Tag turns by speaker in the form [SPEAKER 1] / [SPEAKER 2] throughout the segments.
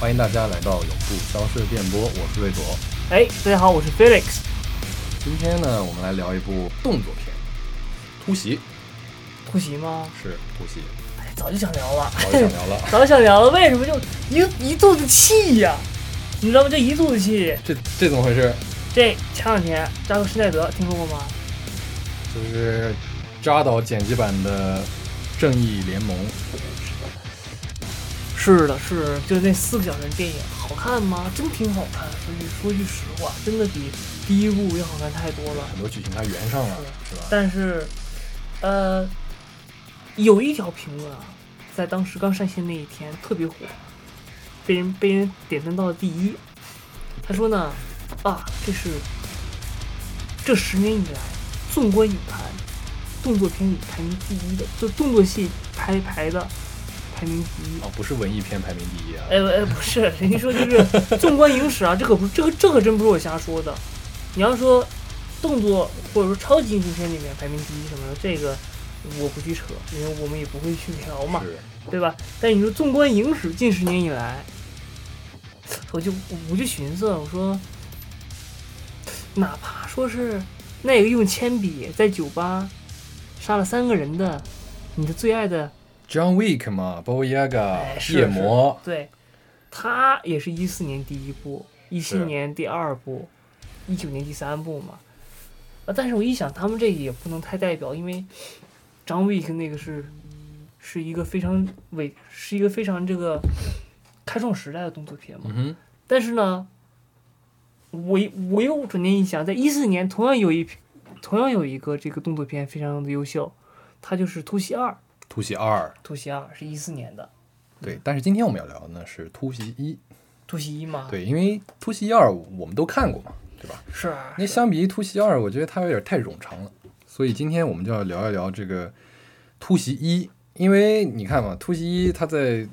[SPEAKER 1] 欢迎大家来到永不消逝电波，我是魏卓。
[SPEAKER 2] 哎，大家好，我是 Felix。
[SPEAKER 1] 今天呢，我们来聊一部动作片《突袭》，
[SPEAKER 2] 突袭吗？
[SPEAKER 1] 是《突袭》，
[SPEAKER 2] 哎，早就想聊了，
[SPEAKER 1] 好久想聊了。
[SPEAKER 2] 早就想聊了，为什么就一一肚子气呀、你知道吗？这一肚子气。
[SPEAKER 1] 这这怎么回事？
[SPEAKER 2] 这前两天扎克施耐德听说过吗？
[SPEAKER 1] 就是扎导剪辑版的《正义联盟》，
[SPEAKER 2] 是的，是就是那四个小时的电影，好看吗？真挺好看。说句说句实话，真的比第一部要好看太多了。
[SPEAKER 1] 很多剧情它圆上了，是吧？
[SPEAKER 2] 但是，呃，有一条评论啊，在当时刚上线那一天特别火，被人被人点赞到了第一。他说呢，啊，这是这十年以来，纵观影坛，动作片里排名第一的，就动作戏排排的排名第一。
[SPEAKER 1] 啊，不是文艺片排名第一啊。
[SPEAKER 2] 哎哎，不是，人家说就是 纵观影史啊，这可不是，这个这可真不是我瞎说的。你要说动作或者说超级英雄片里面排名第一什么的，这个我不去扯，因为我们也不会去聊嘛，
[SPEAKER 1] 是
[SPEAKER 2] 对吧？但你说纵观影史近十年以来，我就我就寻思，我说，哪怕说是那个用铅笔在酒吧杀了三个人的，你的最爱的
[SPEAKER 1] John Wick 嘛，包括 Yaga、
[SPEAKER 2] 哎是
[SPEAKER 1] 夜魔，
[SPEAKER 2] 对，他也是一四年第一部，一七
[SPEAKER 1] 是
[SPEAKER 2] 年第二部，一九年第三部嘛。啊，但是我一想，他们这个也不能太代表，因为张 w i c 那个是是一个非常伟，是一个非常这个开创时代的动作片嘛。
[SPEAKER 1] 嗯哼，
[SPEAKER 2] 但是呢，我一我又转念一想，在一四年同样有一批同样有一个这个动作片非常的优秀，它就是《突袭二》，《
[SPEAKER 1] 《突袭二》
[SPEAKER 2] 突袭二》是一四年的，嗯
[SPEAKER 1] 对，但是今天我们要聊的呢是《突袭一》，
[SPEAKER 2] 《突袭一》嘛，，
[SPEAKER 1] 对，因为《突袭二》我们都看过嘛，对吧？
[SPEAKER 2] 是啊
[SPEAKER 1] 那相比于《突袭二》，我觉得它有点太冗长了，所以今天我们就要聊一聊这个《突袭一》，因为你看嘛，《突袭一》它在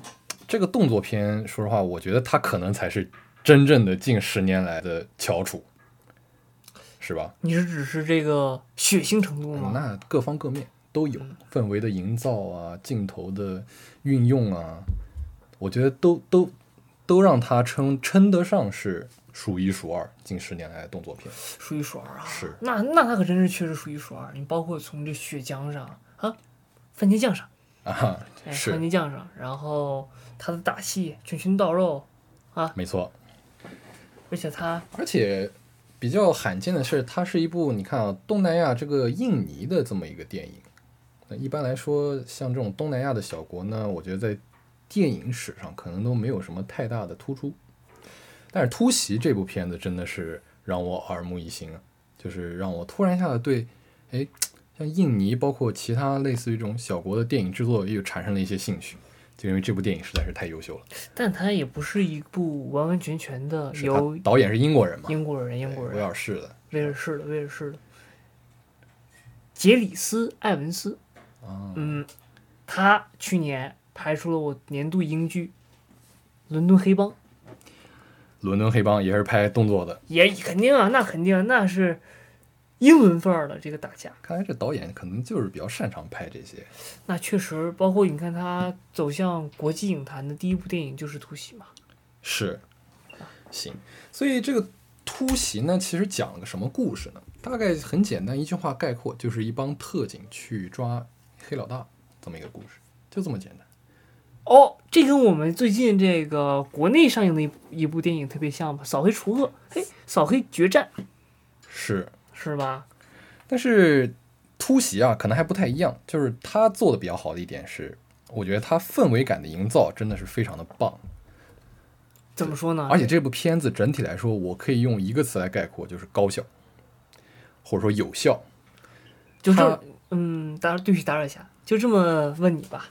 [SPEAKER 1] 这个动作片，说实话，我觉得它可能才是真正的近十年来的翘楚，是吧？
[SPEAKER 2] 你是指是这个血腥程度吗？
[SPEAKER 1] 嗯那各方各面都有，氛围的营造啊，镜头的运用啊，我觉得都都都让它称称得上是数一数二近十年来的动作片。
[SPEAKER 2] 数一数二啊！
[SPEAKER 1] 是
[SPEAKER 2] 那那他可真是确实数一数二。你包括从这血浆上啊，番茄酱上，
[SPEAKER 1] 啊，
[SPEAKER 2] 哎，
[SPEAKER 1] 是
[SPEAKER 2] 番茄酱上，然后他的打戏拳拳到肉，
[SPEAKER 1] 没错。
[SPEAKER 2] 而且他
[SPEAKER 1] 而且比较罕见的是，它是一部你看啊，东南亚这个印尼的这么一个电影。那一般来说，像这种东南亚的小国呢，我觉得在电影史上可能都没有什么太大的突出。但是《突袭》这部片子真的是让我耳目一新啊，就是让我突然一下子对，哎，像印尼包括其他类似于这种小国的电影制作又产生了一些兴趣，就因为这部电影实在是太优秀了。
[SPEAKER 2] 但他也不是一部完完全全的
[SPEAKER 1] 是他
[SPEAKER 2] 由
[SPEAKER 1] 导演是英国人嘛？
[SPEAKER 2] 英国人、英国
[SPEAKER 1] 威
[SPEAKER 2] 人、
[SPEAKER 1] 尔士的，
[SPEAKER 2] 威尔士的、威尔士的杰里斯·艾文斯，
[SPEAKER 1] 啊
[SPEAKER 2] 嗯，他去年拍出了我年度英剧《伦敦黑帮》。
[SPEAKER 1] 伦敦黑帮也是拍动作的。
[SPEAKER 2] 也肯定啊，那肯定啊、那是英伦范儿的这个打架。
[SPEAKER 1] 看来这导演可能就是比较擅长拍这些。
[SPEAKER 2] 那确实，包括你看他走向国际影坛的第一部电影就是《突袭》嘛。
[SPEAKER 1] 是，行。所以这个突袭呢，其实讲了个什么故事呢？大概很简单，一句话概括，就是一帮特警去抓黑老大这么一个故事，就这么简单。
[SPEAKER 2] 哦，这跟我们最近这个国内上映的一部一部电影特别像吧，《扫黑除恶》哎，《扫黑决战
[SPEAKER 1] 是，》
[SPEAKER 2] 是吧？
[SPEAKER 1] 但是突袭啊，可能还不太一样。就是他做的比较好的一点是，我觉得他氛围感的营造真的是非常的棒。
[SPEAKER 2] 怎么说呢？
[SPEAKER 1] 而且这部片子整体来说，我可以用一个词来概括，就是高效，或者说有效。
[SPEAKER 2] 就
[SPEAKER 1] 他
[SPEAKER 2] 这，嗯，打对不起，打扰一下，就这么问你吧。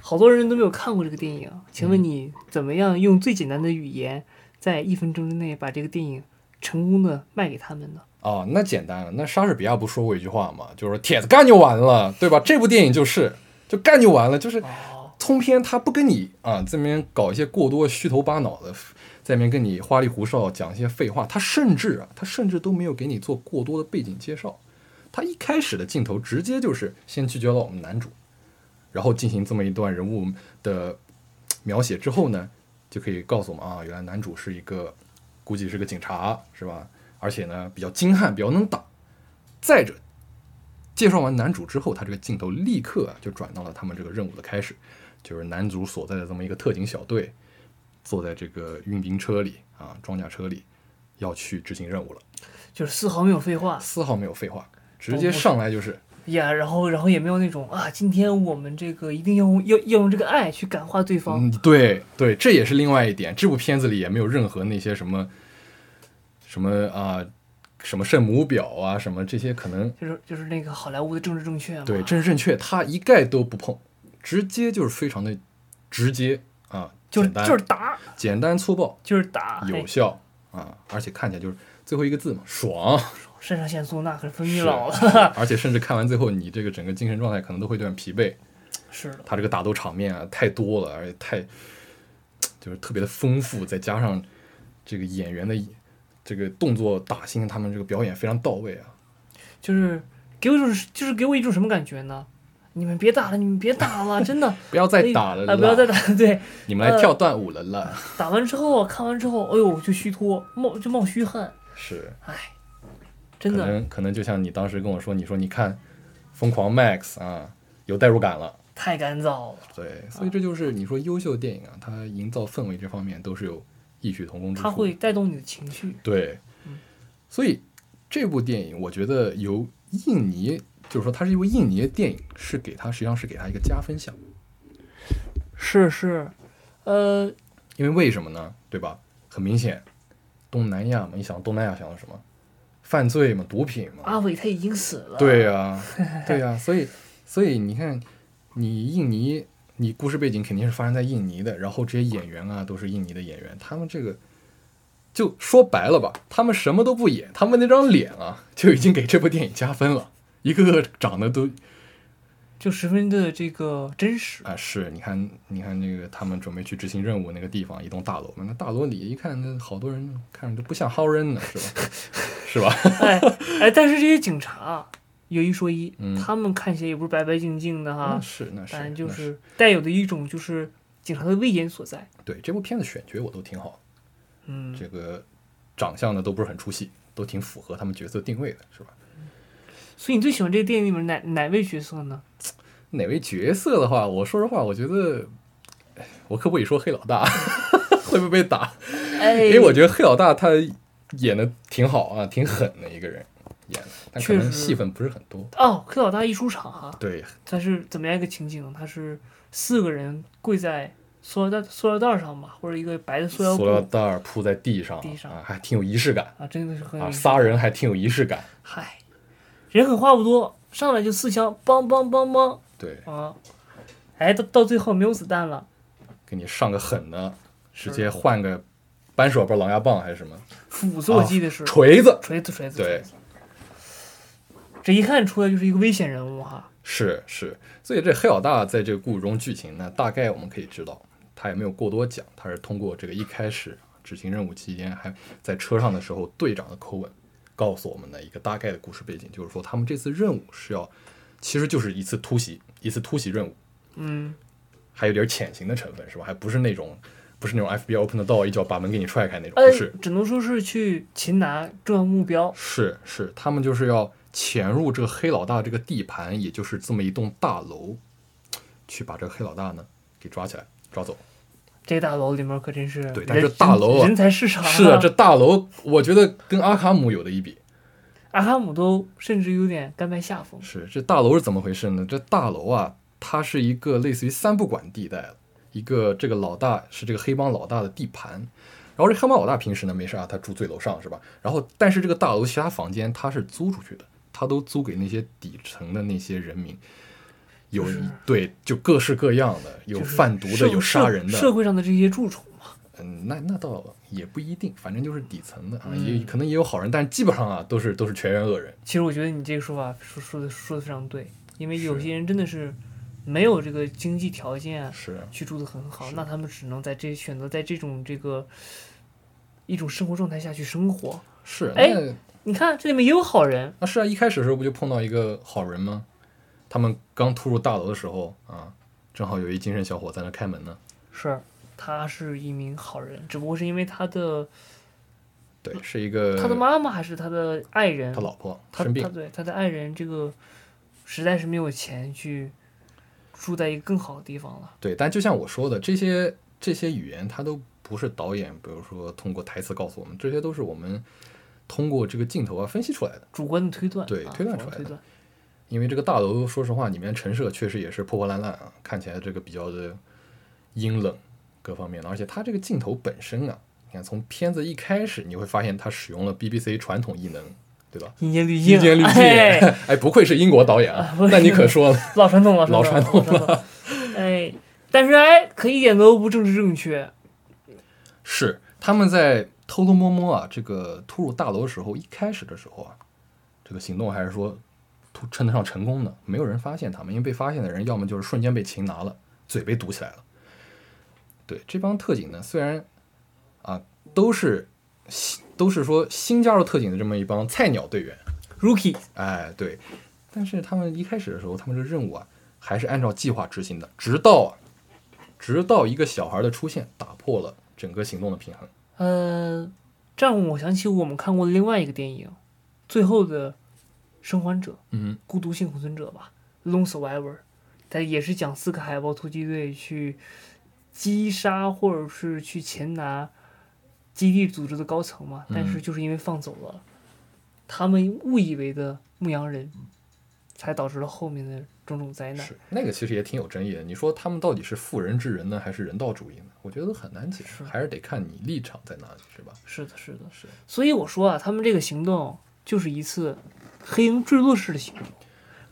[SPEAKER 2] 好多人都没有看过这个电影，请问你怎么样用最简单的语言，在一分钟之内把这个电影成功的卖给他们呢？
[SPEAKER 1] 哦，那简单了。那莎士比亚不说过一句话吗？就是说帖子干就完了，对吧？这部电影就是就干就完了，就是
[SPEAKER 2] 哦，
[SPEAKER 1] 通篇他不跟你啊这边搞一些过多虚头巴脑的，在那边跟你花里胡哨讲一些废话，他甚至啊，他甚至都没有给你做过多的背景介绍。他一开始的镜头直接就是先聚焦到我们男主，然后进行这么一段人物的嘖描写之后呢，就可以告诉我们啊，原来男主是一个估计是个警察是吧？而且呢比较精悍，比较能打。再者，介绍完男主之后，他这个镜头立刻啊就转到了他们这个任务的开始，就是男主所在的这么一个特警小队，坐在这个运兵车里啊装甲车里，要去执行任务了，
[SPEAKER 2] 就是丝毫没有废话
[SPEAKER 1] 丝毫没有废话，直接上来就是
[SPEAKER 2] 呀，然后然后也没有那种啊，今天我们这个一定要用要要用这个爱去感化对方，
[SPEAKER 1] 嗯，对对，这也是另外一点。这部片子里也没有任何那些什么什么啊，什么圣母婊啊，什么这些可能
[SPEAKER 2] 就是就是那个好莱坞的政治正确嘛，
[SPEAKER 1] 对政治正确，他一概都不碰，直接就是非常的直接啊，
[SPEAKER 2] 就是
[SPEAKER 1] 简单
[SPEAKER 2] 就是打
[SPEAKER 1] 简单粗暴，
[SPEAKER 2] 就是打，
[SPEAKER 1] 有
[SPEAKER 2] 哎
[SPEAKER 1] 效啊，而且看起来就是最后一个字嘛，爽。
[SPEAKER 2] 肾上腺素那可是分泌
[SPEAKER 1] 是
[SPEAKER 2] 老了，
[SPEAKER 1] 而且甚至看完最后，你这个整个精神状态可能都会有点疲惫。
[SPEAKER 2] 是的，
[SPEAKER 1] 他这个打斗场面啊太多了，而且太就是特别的丰富，再加上这个演员的这个动作打戏，他们这个表演非常到位啊。
[SPEAKER 2] 就是给我一种就是给我一种什么感觉呢？你们别打了，你们别打 了，真的
[SPEAKER 1] 不要再打了
[SPEAKER 2] 哎
[SPEAKER 1] 啦！
[SPEAKER 2] 啊！不要再打，呃了， 对，
[SPEAKER 1] 你们来跳段舞了啦！
[SPEAKER 2] 打完之后看完之后，哎呦就虚脱，冒就冒虚汗，
[SPEAKER 1] 是，
[SPEAKER 2] 哎，
[SPEAKER 1] 可
[SPEAKER 2] 真的
[SPEAKER 1] 能可能就像你当时跟我说，你说你看《疯狂 Max》啊，有代入感了。
[SPEAKER 2] 太干燥了。
[SPEAKER 1] 对，
[SPEAKER 2] 啊
[SPEAKER 1] 所以这就是你说优秀电影啊，它营造氛围这方面都是有异曲同工之处
[SPEAKER 2] 它
[SPEAKER 1] 的。
[SPEAKER 2] 会带动你的情绪。
[SPEAKER 1] 对，所以这部电影我觉得由印尼，就是说它是一部印尼的电影，是给它实际上是给它一个加分项，
[SPEAKER 2] 是是，呃，
[SPEAKER 1] 因为为什么呢？对吧？很明显，东南亚嘛，你想东南亚想到什么？犯罪嘛，毒品嘛，
[SPEAKER 2] 阿伟他已经死了。
[SPEAKER 1] 对呀、 对呀、所以所以你看，你印尼，你故事背景肯定是发生在印尼的，然后这些演员啊都是印尼的演员，他们这个就说白了吧，他们什么都不演，他们那张脸啊就已经给这部电影加分了，一个个长得都
[SPEAKER 2] 就十分的这个真实。
[SPEAKER 1] 啊是，你看你看那个他们准备去执行任务那个地方，一栋大楼嘛，那大楼里一看，那好多人看着都不像好人呢，是吧？是吧？
[SPEAKER 2] 哎哎，但是这些警察有一说一，
[SPEAKER 1] 嗯
[SPEAKER 2] 他们看起来也不是白白净净的
[SPEAKER 1] 那
[SPEAKER 2] 哈，
[SPEAKER 1] 是那是，
[SPEAKER 2] 但啊就
[SPEAKER 1] 那是
[SPEAKER 2] 是带有的一种就是警察的威严所在。
[SPEAKER 1] 对这部片子选角我都挺好的。
[SPEAKER 2] 嗯，
[SPEAKER 1] 这个长相呢都不是很出戏，都挺符合他们角色定位的，是吧？
[SPEAKER 2] 所以你最喜欢这个电影里面哪哪位角色呢？
[SPEAKER 1] 哪位角色的话，我说实话，我觉得，哎我可不可以说黑老大 会不会被打？
[SPEAKER 2] 哎
[SPEAKER 1] 因为我觉得黑老大他演的挺好啊，挺狠的一个人演的，但可
[SPEAKER 2] 确
[SPEAKER 1] 能
[SPEAKER 2] 实
[SPEAKER 1] 戏份不是很多。
[SPEAKER 2] 哦，柯老大一出场哈、
[SPEAKER 1] 对，
[SPEAKER 2] 他是怎么样一个情景？他是四个人跪在塑料袋塑料袋上吧，或者一个白的塑料
[SPEAKER 1] 塑
[SPEAKER 2] 布
[SPEAKER 1] 料袋儿铺在地上，
[SPEAKER 2] 地上
[SPEAKER 1] 啊，还挺有仪式感
[SPEAKER 2] 啊，真的是很有
[SPEAKER 1] 啊，
[SPEAKER 2] 意思
[SPEAKER 1] 仨人还挺有仪式感。
[SPEAKER 2] 嗨，人狠话不多，上来就四枪，梆梆梆
[SPEAKER 1] 对，
[SPEAKER 2] 梆啊！哎，到到最后没有子弹了，
[SPEAKER 1] 给你上个狠的，直
[SPEAKER 2] 是
[SPEAKER 1] 接换个扳手吧，狼牙棒还是什么
[SPEAKER 2] 斧子我记得是、
[SPEAKER 1] 啊锤子？
[SPEAKER 2] 锤子锤子，
[SPEAKER 1] 对
[SPEAKER 2] 锤子，这一看出来就是一个危险人物哈。
[SPEAKER 1] 是是，所以这黑老大在这个故事中剧情呢，大概我们可以知道，他也没有过多讲，他是通过这个一开始执行任务期间，还在车上的时候队长的口吻告诉我们的一个大概的故事背景，就是说他们这次任务是要，其实就是一次突袭，一次突袭任务，
[SPEAKER 2] 嗯，
[SPEAKER 1] 还有点潜行的成分是吧？还不是那种不是那种 FBI open the door 一脚把门给你踹开那种，
[SPEAKER 2] 呃
[SPEAKER 1] 不是，，
[SPEAKER 2] 只能说是去擒拿重要目标。
[SPEAKER 1] 是是，他们就是要潜入这个黑老大这个地盘，也就是这么一栋大楼，去把这个黑老大呢给抓起来，抓走。
[SPEAKER 2] 这大楼里面可真是人，
[SPEAKER 1] 对但是大楼啊
[SPEAKER 2] 人人才市场啊
[SPEAKER 1] 是啊，这大楼我觉得跟阿卡姆有的一比。
[SPEAKER 2] 阿哈姆都甚至有点甘拜下风。
[SPEAKER 1] 是这大楼是怎么回事呢？这大楼啊，它是一个类似于三不管地带，一个这个老大是这个黑帮老大的地盘。然后这黑帮老大平时呢没事啊，他住最楼上是吧？然后但是这个大楼其他房间他是租出去的，他都租给那些底层的那些人民，有
[SPEAKER 2] 就是
[SPEAKER 1] 对就各式各样的，有
[SPEAKER 2] 就是
[SPEAKER 1] 贩毒
[SPEAKER 2] 社
[SPEAKER 1] 的，有杀人
[SPEAKER 2] 社社
[SPEAKER 1] 的，
[SPEAKER 2] 会上的这些蛀虫嘛，
[SPEAKER 1] 嗯，那那倒也不一定，反正就是底层的啊，
[SPEAKER 2] 嗯
[SPEAKER 1] 也可能也有好人，但基本上啊都是都是全员恶人。
[SPEAKER 2] 其实我觉得你这个说法说说的说的非常对，因为有些人真的是没有这个经济条件
[SPEAKER 1] 是
[SPEAKER 2] 去住的很好，
[SPEAKER 1] 是
[SPEAKER 2] 那他们只能在这选择在这种这个一种生活状态下去生活。
[SPEAKER 1] 是，
[SPEAKER 2] 哎
[SPEAKER 1] 那
[SPEAKER 2] 你看这里面也有好人，
[SPEAKER 1] 啊，是啊，一开始的时候不就碰到一个好人吗？他们刚突入大楼的时候啊，正好有一精神小伙在那开门呢，
[SPEAKER 2] 是他是一名好人，只不过是因为他的
[SPEAKER 1] 对，是一个
[SPEAKER 2] 他的妈妈还是他的爱人，
[SPEAKER 1] 呃他老婆
[SPEAKER 2] 他
[SPEAKER 1] 生
[SPEAKER 2] 他
[SPEAKER 1] 病，
[SPEAKER 2] 对他的爱人这个实在是没有钱去住在一个更好的地方了。
[SPEAKER 1] 对，但就像我说的，这些这些语言它都不是导演，比如说通过台词告诉我们，这些都是我们通过这个镜头啊分析出来的。
[SPEAKER 2] 主观的推断，
[SPEAKER 1] 对
[SPEAKER 2] 啊、
[SPEAKER 1] 推断
[SPEAKER 2] 主
[SPEAKER 1] 出
[SPEAKER 2] 观
[SPEAKER 1] 来
[SPEAKER 2] 推
[SPEAKER 1] 的
[SPEAKER 2] 断，
[SPEAKER 1] 因为这个大楼，说实话，里面陈设确实也是破破烂烂啊，看起来这个比较的阴冷，各方面的。而且它这个镜头本身啊，你看从片子一开始，你会发现它使用了 BBC 传统异能，对吧？
[SPEAKER 2] 阴间滤镜，
[SPEAKER 1] 阴间滤镜，
[SPEAKER 2] 哎，
[SPEAKER 1] 哎，不愧是英国导演啊
[SPEAKER 2] 啊不，是
[SPEAKER 1] 那你可说了。
[SPEAKER 2] 老传统了，
[SPEAKER 1] 老
[SPEAKER 2] 传
[SPEAKER 1] 传
[SPEAKER 2] 统
[SPEAKER 1] 统
[SPEAKER 2] 老传统，哎，但是哎，可一点都不政治正确，
[SPEAKER 1] 是他们在偷偷摸摸啊，这个突入大楼的时候，一开始的时候啊，这个行动还是说突称得上成功的，没有人发现他们，因为被发现的人要么就是瞬间被擒拿了，嘴被堵起来了。对，这帮特警呢，虽然啊都是新都是说新加入特警的这么一帮菜鸟队员，
[SPEAKER 2] rookie
[SPEAKER 1] 哎，对，但是他们一开始的时候，他们这任务啊，还是按照计划执行的，直到啊，直到一个小孩的出现打破了整个行动的平衡。
[SPEAKER 2] 呃，这让我想起我们看过的另外一个电影《最后的生还者》，
[SPEAKER 1] 嗯，
[SPEAKER 2] 孤独幸存者吧，Lone Survivor，它也是讲四个海豹突击队去击杀或者是去擒拿基地组织的高层嘛，但是就是因为放走了、他们误以为的牧羊人，才导致了后面的种种灾难。
[SPEAKER 1] 是那个其实也挺有争议的。你说他们到底是妇人之仁呢，还是人道主义呢？我觉得很难解
[SPEAKER 2] 是
[SPEAKER 1] 释，还是得看你立场在哪里，是吧？
[SPEAKER 2] 是的，是的，
[SPEAKER 1] 是
[SPEAKER 2] 所以我说啊，他们这个行动就是一次黑鹰坠落式的行动，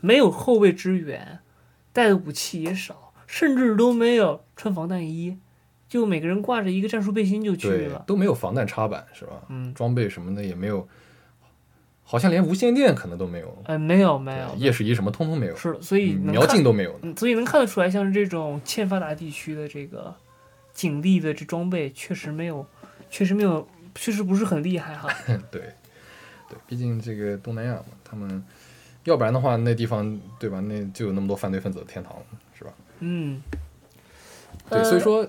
[SPEAKER 2] 没有后备支援，带的武器也少，甚至都没有穿防弹衣，就每个人挂着一个战术背心就去
[SPEAKER 1] 对
[SPEAKER 2] 了，。
[SPEAKER 1] 都没有防弹插板，是吧？
[SPEAKER 2] 嗯，
[SPEAKER 1] 装备什么的也没有，好像连无线电可能都没有，啊
[SPEAKER 2] 呃，没有没有，
[SPEAKER 1] 夜视仪什么通通没有，
[SPEAKER 2] 是的，所以
[SPEAKER 1] 嗯
[SPEAKER 2] 能
[SPEAKER 1] 瞄
[SPEAKER 2] 看，
[SPEAKER 1] 镜都没有呢。
[SPEAKER 2] 嗯，所以能看得出来，像是这种欠发达地区的这个警力的这装备，确实没有，确实没有，确实不是很厉害哈。
[SPEAKER 1] 对，对，毕竟这个东南亚嘛，他们要不然的话，那地方对吧？那就有那么多犯罪分子的天堂，是吧？
[SPEAKER 2] 嗯，
[SPEAKER 1] 对，所
[SPEAKER 2] 呃
[SPEAKER 1] 以说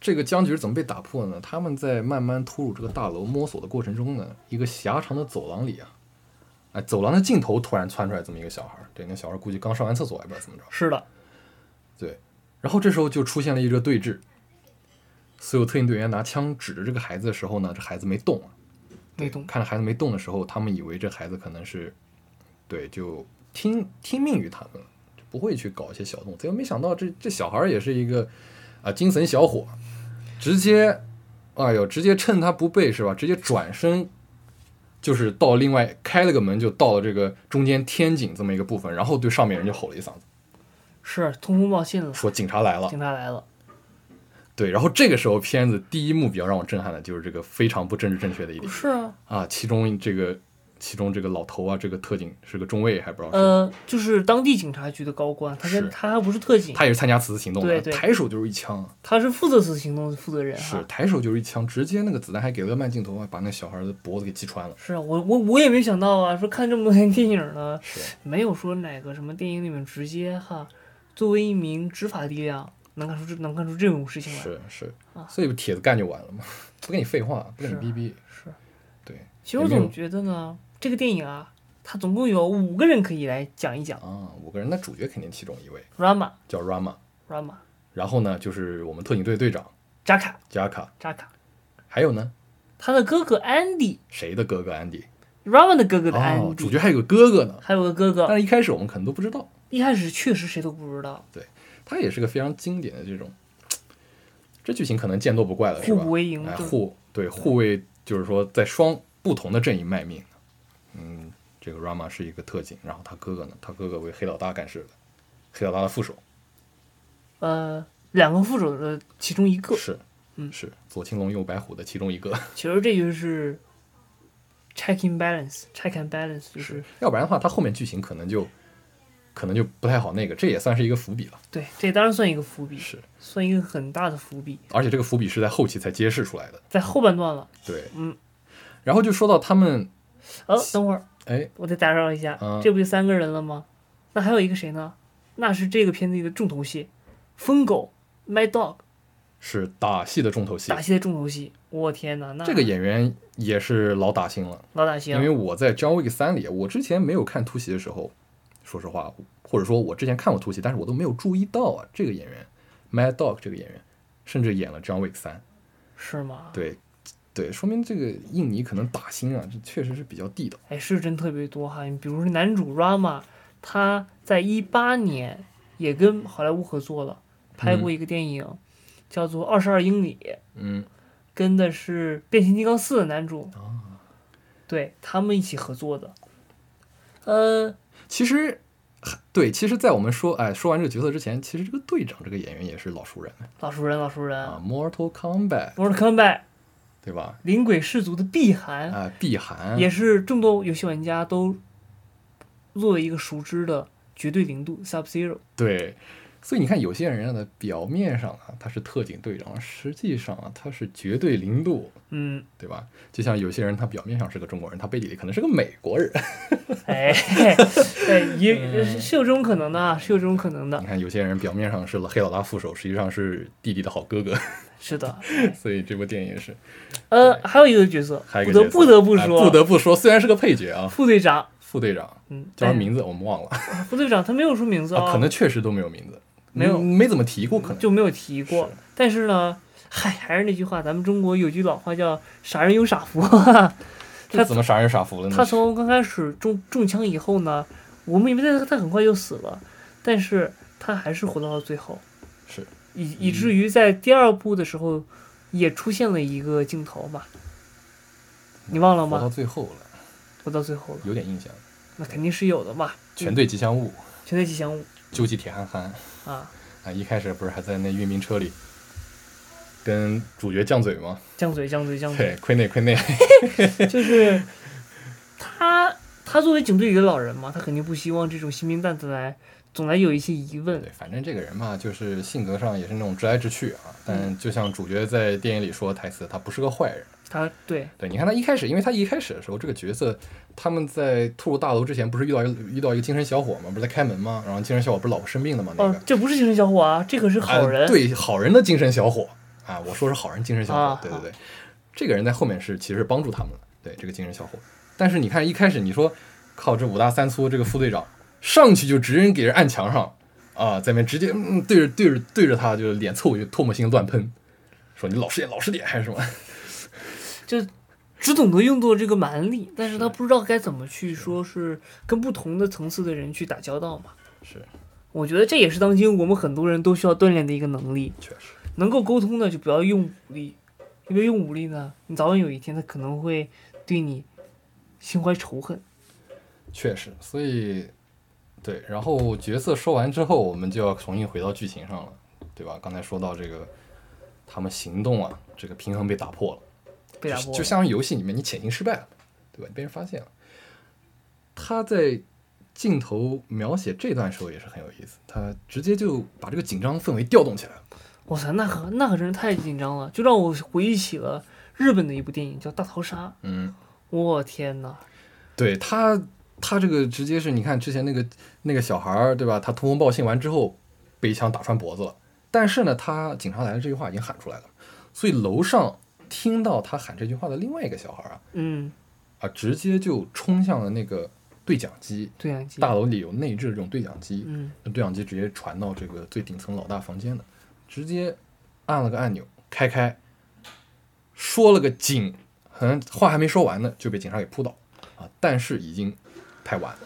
[SPEAKER 1] 这个僵局是怎么被打破的呢？他们在慢慢突入这个大楼摸索的过程中呢，一个狭长的走廊里啊，哎，走廊的尽头突然窜出来这么一个小孩儿，对，那小孩儿估计刚上完厕所，也不知道怎么着。
[SPEAKER 2] 是的，
[SPEAKER 1] 对，然后这时候就出现了一个对峙，所有特警队员拿枪指着这个孩子的时候呢，这孩子没动啊，
[SPEAKER 2] 没动，
[SPEAKER 1] 看着孩子没动的时候，他们以为这孩子可能是，对，就听听命于他们了，就不会去搞一些小动作。结果没想到这这小孩儿也是一个啊、精神小伙，直接，哎呦，直接趁他不备是吧？直接转身，就是到另外开了个门，就到了这个中间天井这么一个部分，然后对上面人就吼了一嗓子，
[SPEAKER 2] 是通风报信了，
[SPEAKER 1] 说警察来了。
[SPEAKER 2] 警察来了。
[SPEAKER 1] 对，然后这个时候片子第一幕比较让我震撼的就是这个非常不政治正确的一点
[SPEAKER 2] 是啊，
[SPEAKER 1] 啊，其中这个。其中这个老头啊，这个特警是个中尉，还不知道是
[SPEAKER 2] 呃，就是当地警察局的高官，他跟
[SPEAKER 1] 是
[SPEAKER 2] 他还不是特警，
[SPEAKER 1] 他也是参加此次行动的，
[SPEAKER 2] 对对
[SPEAKER 1] 抬手就是一枪啊，
[SPEAKER 2] 他是负责此行动的负责人啊
[SPEAKER 1] 是
[SPEAKER 2] 哈。
[SPEAKER 1] 抬手就是一枪，直接那个子弹还给了个慢镜头啊，把那小孩的脖子给击穿了。
[SPEAKER 2] 是啊，我我我也没想到啊，说看这么多年电影呢，
[SPEAKER 1] 是
[SPEAKER 2] 没有说哪个什么电影里面直接哈，作为一名执法力量能干出这能干出这种事情来，
[SPEAKER 1] 是是
[SPEAKER 2] 啊，
[SPEAKER 1] 所以帖子干就完了嘛，不跟你废话，不跟你
[SPEAKER 2] 是啊
[SPEAKER 1] 逼逼。
[SPEAKER 2] 是。
[SPEAKER 1] 对
[SPEAKER 2] 其实我
[SPEAKER 1] 也没有
[SPEAKER 2] 总觉得呢，这个电影啊，它总共有五个人可以来讲一讲
[SPEAKER 1] 啊，五个人，那主角肯定其中一位
[SPEAKER 2] ，Rama
[SPEAKER 1] 叫 Rama，
[SPEAKER 2] Rama
[SPEAKER 1] 然后呢就是我们特警队队长
[SPEAKER 2] 扎卡
[SPEAKER 1] 贾卡，
[SPEAKER 2] 扎卡，
[SPEAKER 1] 还有呢
[SPEAKER 2] 他的哥哥 Andy。
[SPEAKER 1] 谁的哥哥安迪？
[SPEAKER 2] Rama 的哥哥的
[SPEAKER 1] 哦，
[SPEAKER 2] Andy，、
[SPEAKER 1] 主角还有个哥哥呢，
[SPEAKER 2] 还有个哥哥，
[SPEAKER 1] 但是一开始我们可能都不知道，
[SPEAKER 2] 一开始确实谁都不知道，
[SPEAKER 1] 他也是个非常经典的这种，这剧情可能见多不怪了，是
[SPEAKER 2] 互
[SPEAKER 1] 吧
[SPEAKER 2] 不？为营嘛
[SPEAKER 1] 哎，
[SPEAKER 2] 对
[SPEAKER 1] 护
[SPEAKER 2] 嗯
[SPEAKER 1] 对护卫就是说在双不同的阵营卖命。嗯，这个 Rama 是一个特警，然后他哥哥呢，他哥哥为黑老大干事的，黑老大的副手
[SPEAKER 2] 呃，两个副手的其中一个。
[SPEAKER 1] 是，
[SPEAKER 2] 嗯
[SPEAKER 1] 是左青龙右白虎的其中一个，
[SPEAKER 2] 其实这就是 check and balance，check and balance 就是
[SPEAKER 1] 要不然的话，他后面剧情可能就可能就不太好那个，这也算是一个伏笔了，
[SPEAKER 2] 对，这当然算一个伏笔，
[SPEAKER 1] 是，
[SPEAKER 2] 算一个很大的伏笔，
[SPEAKER 1] 而且这个伏笔是在后期才揭示出来的，
[SPEAKER 2] 在后半段了。
[SPEAKER 1] 对，
[SPEAKER 2] 嗯，
[SPEAKER 1] 然后就说到他们，
[SPEAKER 2] 呃，等会儿
[SPEAKER 1] 哎，
[SPEAKER 2] 我得打扰一下，
[SPEAKER 1] 嗯
[SPEAKER 2] 这不就三个人了吗？那还有一个谁呢？那是这个片子里的重头戏，疯狗 My Dog，
[SPEAKER 1] 是打戏的重头戏啊
[SPEAKER 2] 打。戏的重头戏，我天哪，那
[SPEAKER 1] 这个演员也是老打星了，
[SPEAKER 2] 老打星
[SPEAKER 1] 因为我在《John Wick 三》里，我之前没有看突袭的时候，说实话，或者说我之前看过突袭，但是我都没有注意到啊，这个演员 Mad Dog 这个演员，甚至演了《John Wick 三》。
[SPEAKER 2] 是吗？
[SPEAKER 1] 对，对，说明这个印尼可能打星啊，这确实是比较地道。
[SPEAKER 2] 哎，是真特别多哈。你比如说男主 Rama，他在一八年也跟好莱坞合作了，拍过一个电影，叫做《二十二英里》，
[SPEAKER 1] 嗯，
[SPEAKER 2] 跟的是《变形金刚四》的男主，
[SPEAKER 1] 啊，
[SPEAKER 2] 对他们一起合作的。呃，
[SPEAKER 1] 其实对，其实，在我们说哎说完这个角色之前，其实这个队长这个演员也是老熟人了
[SPEAKER 2] 老熟人，老熟人，
[SPEAKER 1] 啊，《Mortal Kombat》
[SPEAKER 2] Mortal Kombat》
[SPEAKER 1] 对吧？
[SPEAKER 2] 灵鬼氏族的碧寒，
[SPEAKER 1] 啊，碧寒
[SPEAKER 2] 嗯也是众多游戏玩家都作为一个熟知的绝对零度 Sub Zero。
[SPEAKER 1] 对，所以你看，有些人的表面上啊，他是特警队长，实际上啊，他是绝对零度，
[SPEAKER 2] 嗯，
[SPEAKER 1] 对吧？就像有些人，他表面上是个中国人，他背地里可能是个美国人。
[SPEAKER 2] 哎，哎，
[SPEAKER 1] 嗯
[SPEAKER 2] 也是有这种可能的啊，是有这种可能的
[SPEAKER 1] 你，看，有些人表面上是黑老大副手，实际上是弟弟的好哥 哥。
[SPEAKER 2] 是的。
[SPEAKER 1] 所以这部电影也是，
[SPEAKER 2] 呃，还有一个角色，
[SPEAKER 1] 还有一
[SPEAKER 2] 不
[SPEAKER 1] 个
[SPEAKER 2] 得
[SPEAKER 1] 角色
[SPEAKER 2] 不得不
[SPEAKER 1] 哎
[SPEAKER 2] 说，
[SPEAKER 1] 不得不说，虽然是个配角啊，
[SPEAKER 2] 副队长，
[SPEAKER 1] 副队长
[SPEAKER 2] 嗯，
[SPEAKER 1] 叫什么
[SPEAKER 2] 哎
[SPEAKER 1] 名字我们忘了，
[SPEAKER 2] 副队长他没有说名字
[SPEAKER 1] 啊，可能确实都没有名字，
[SPEAKER 2] 没有
[SPEAKER 1] 嗯没怎么提过，可能
[SPEAKER 2] 就没有提过。但是呢，嗨，还是那句话，咱们中国有句老话叫“傻人有傻福”，
[SPEAKER 1] 这怎么傻人傻福了呢？
[SPEAKER 2] 他从刚开始中中枪以后呢，我们以为他他很快就死了，但是他还是活到了最后，
[SPEAKER 1] 是
[SPEAKER 2] 以以至于在第二部的时候也出现了一个镜头嘛，你忘了
[SPEAKER 1] 活到
[SPEAKER 2] 吗？
[SPEAKER 1] 最后了，
[SPEAKER 2] 活到最后了，
[SPEAKER 1] 有点印象，
[SPEAKER 2] 那肯定是有的嘛。
[SPEAKER 1] 全队吉祥物
[SPEAKER 2] 全队吉祥物
[SPEAKER 1] 究极铁憨憨
[SPEAKER 2] 啊，
[SPEAKER 1] 啊，一开始不是还在那运兵车里跟主角犟嘴吗？
[SPEAKER 2] 犟嘴犟嘴犟嘴
[SPEAKER 1] 对，，亏内亏内，
[SPEAKER 2] 就是他，他作为警队里的老人嘛，他肯定不希望这种新兵蛋子来，总来有一些疑问
[SPEAKER 1] 对，。反正这个人嘛，就是性格上也是那种直来直去啊，但就像主角在电影里说的台词，他不是个坏人。
[SPEAKER 2] 他对
[SPEAKER 1] 对，你看他一开始，因为他一开始的时候，这个角色他们在吐入大楼之前，不是遇到一个遇到一个精神小伙嘛，不是在开门吗？然后精神小伙不是老婆生病了吗？那
[SPEAKER 2] 哦
[SPEAKER 1] 个、，
[SPEAKER 2] 这不是精神小伙啊，这可是好人。
[SPEAKER 1] 啊对好人的精神小伙啊，我说是好人精神小伙，
[SPEAKER 2] 啊
[SPEAKER 1] 对对对，这个人在后面是其实是帮助他们的，对这个精神小伙。但是你看一开始你说靠这五大三粗这个副队长上去就直接给人按墙上啊，在那边直接嗯对着对着对着他就脸凑过去唾沫星子乱喷，说你老实点老实点还是什么？
[SPEAKER 2] 就只懂得用作这个蛮力，但是他不知道该怎么去说是跟不同的层次的人去打交道嘛。
[SPEAKER 1] 是，
[SPEAKER 2] 我觉得这也是当今我们很多人都需要锻炼的一个能力。
[SPEAKER 1] 确实
[SPEAKER 2] 能够沟通的就不要用武力，因为用武力呢，你早晚有一天他可能会对你心怀仇恨。
[SPEAKER 1] 确实，所以对，然后角色说完之后，我们就要重新回到剧情上了，对吧？刚才说到这个他们行动啊，这个平衡被打破了。
[SPEAKER 2] 被打
[SPEAKER 1] 就是
[SPEAKER 2] 破
[SPEAKER 1] 就像游戏里面你潜行失败了，对吧？你被人发现了。他在镜头描写这段时候也是很有意思，他直接就把这个紧张氛围调动起来了。
[SPEAKER 2] 哇塞，那可那可真是太紧张了，就让我回忆起了日本的一部电影叫《大逃杀》。
[SPEAKER 1] 嗯，
[SPEAKER 2] 我天呐，
[SPEAKER 1] 对他，他这个直接是你看之前那个那个小孩儿，对吧？他通风报信完之后被一枪打穿脖子了，但是呢，他警察来了这句话已经喊出来了，所以楼上听到他喊这句话的另外一个小孩儿啊
[SPEAKER 2] 嗯，
[SPEAKER 1] 啊，直接就冲向了那个对讲机。
[SPEAKER 2] 对讲机，
[SPEAKER 1] 大楼里有内置这种对讲机，
[SPEAKER 2] 嗯，
[SPEAKER 1] 那对讲机直接传到这个最顶层老大房间的，直接按了个按钮，开开，说了个警，好像话还没说完呢，就被警察给扑倒啊！但是已经太晚了，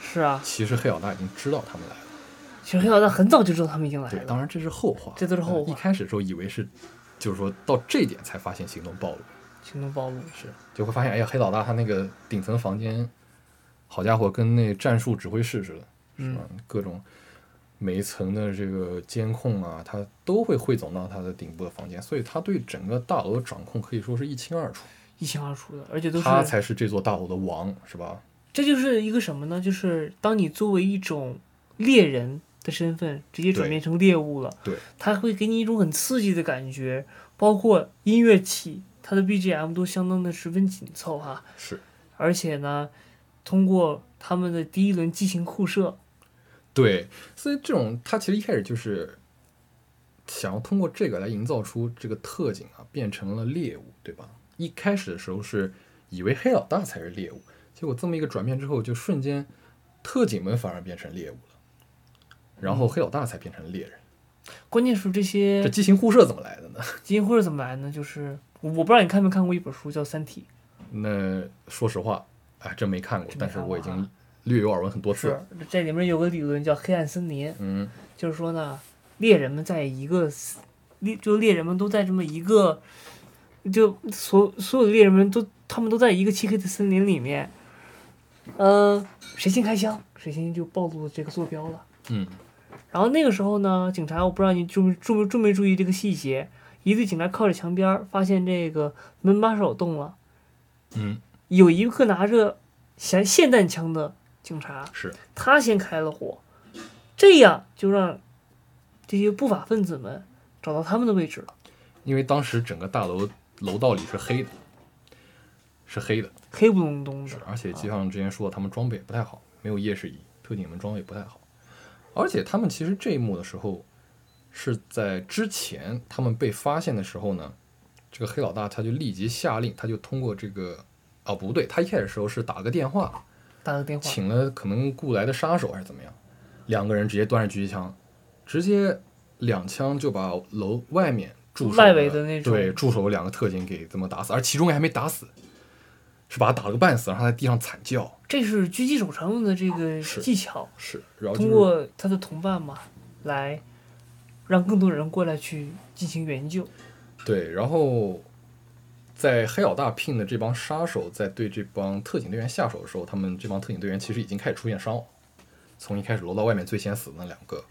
[SPEAKER 2] 是啊，
[SPEAKER 1] 其实黑老大已经知道他们来了。
[SPEAKER 2] 其实黑老大很早就知道他们已经来
[SPEAKER 1] 对，
[SPEAKER 2] 了，
[SPEAKER 1] 当然这是后话，嗯
[SPEAKER 2] 哎这都是后话
[SPEAKER 1] 一开始的时候以为是，就是说到这点才发现行动暴露，
[SPEAKER 2] 行动暴露，
[SPEAKER 1] 是就会发现，哎呀，黑老大他那个顶层房间，好家伙，跟那战术指挥室似的。是
[SPEAKER 2] 嗯
[SPEAKER 1] 吧，？各种每一层的这个监控啊，它都会汇总到它的顶部的房间，所以它对整个大楼的掌控可以说是一清二楚。
[SPEAKER 2] 一清二楚的，而且都
[SPEAKER 1] 它
[SPEAKER 2] 是，
[SPEAKER 1] 才是这座大楼的王，是吧？
[SPEAKER 2] 这就是一个什么呢？就是当你作为一种猎人的身份直接转
[SPEAKER 1] 对
[SPEAKER 2] 变成猎物了，
[SPEAKER 1] 对，
[SPEAKER 2] 它会给你一种很刺激的感觉，包括音乐起，它的 BGM 都相当的十分紧凑哈、
[SPEAKER 1] 是
[SPEAKER 2] 而且呢，通过他们的第一轮激情互射，
[SPEAKER 1] 对，所以这种它其实一开始就是想要通过这个来营造出这个特警啊变成了猎物，对吧？一开始的时候是以为黑老大才是猎物，结果这么一个转变之后，就瞬间特警们反而变成猎物了，然
[SPEAKER 2] 嗯
[SPEAKER 1] 后黑老大才变成猎人。
[SPEAKER 2] 关键是这些
[SPEAKER 1] 这畸形互射怎么来的呢？
[SPEAKER 2] 基因或者怎么来呢？就是我我不知道你看没看过一本书叫《三体
[SPEAKER 1] 那说实话，哎，真没看过，
[SPEAKER 2] 真没
[SPEAKER 1] 但是
[SPEAKER 2] 看
[SPEAKER 1] 我
[SPEAKER 2] 过
[SPEAKER 1] 已经
[SPEAKER 2] 啊
[SPEAKER 1] 略有耳闻很多》，次
[SPEAKER 2] 是
[SPEAKER 1] 了。
[SPEAKER 2] 这里面有个理论叫黑暗森林，
[SPEAKER 1] 嗯
[SPEAKER 2] 就是说呢，猎人们在一个猎，就猎人们都在这么一个，就所所有的猎人们都他们都在一个漆黑的森林里面，呃，谁先开枪，谁先就暴露了这个坐标了。
[SPEAKER 1] 嗯，
[SPEAKER 2] 然后那个时候呢，警察我不知道你注注注没注意这个细节，一队警察靠着墙边儿，发现这个门把手动了，
[SPEAKER 1] 嗯，
[SPEAKER 2] 有一个拿着霰霰弹枪的警察，
[SPEAKER 1] 是
[SPEAKER 2] 他先开了火，这样就让这些不法分子们找到他们的位置了。
[SPEAKER 1] 因为当时整个大楼楼道里是黑的，是黑的，
[SPEAKER 2] 黑不隆咚的，
[SPEAKER 1] 而且就像之前说的，他们装备也不太好，没有夜视仪，特警们装备也不太好。而且他们其实这一幕的时候，是在之前他们被发现的时候呢，这个黑老大他就立即下令，他就通过这个啊不对，他一开始的时候是打了个电话，
[SPEAKER 2] 打个电话，
[SPEAKER 1] 请了可能雇来的杀手还是怎么样，两个人直接端着狙击枪，直接两枪就把楼外面驻守
[SPEAKER 2] 外围的那种
[SPEAKER 1] 对驻守两个特警给这么打死，而其中一个还没打死，是把他打了个半死，让他在地上惨叫。
[SPEAKER 2] 这是狙击手常用的这个
[SPEAKER 1] 是
[SPEAKER 2] 技巧，
[SPEAKER 1] 是，然后、就是、
[SPEAKER 2] 通过他的同伴嘛，来让更多人过来去进行援救。
[SPEAKER 1] 对，然后在黑老大聘的这帮杀手在对这帮特警队员下手的时候，他们这帮特警队员其实已经开始出现伤亡。从一开始楼道外面最先死的那两个，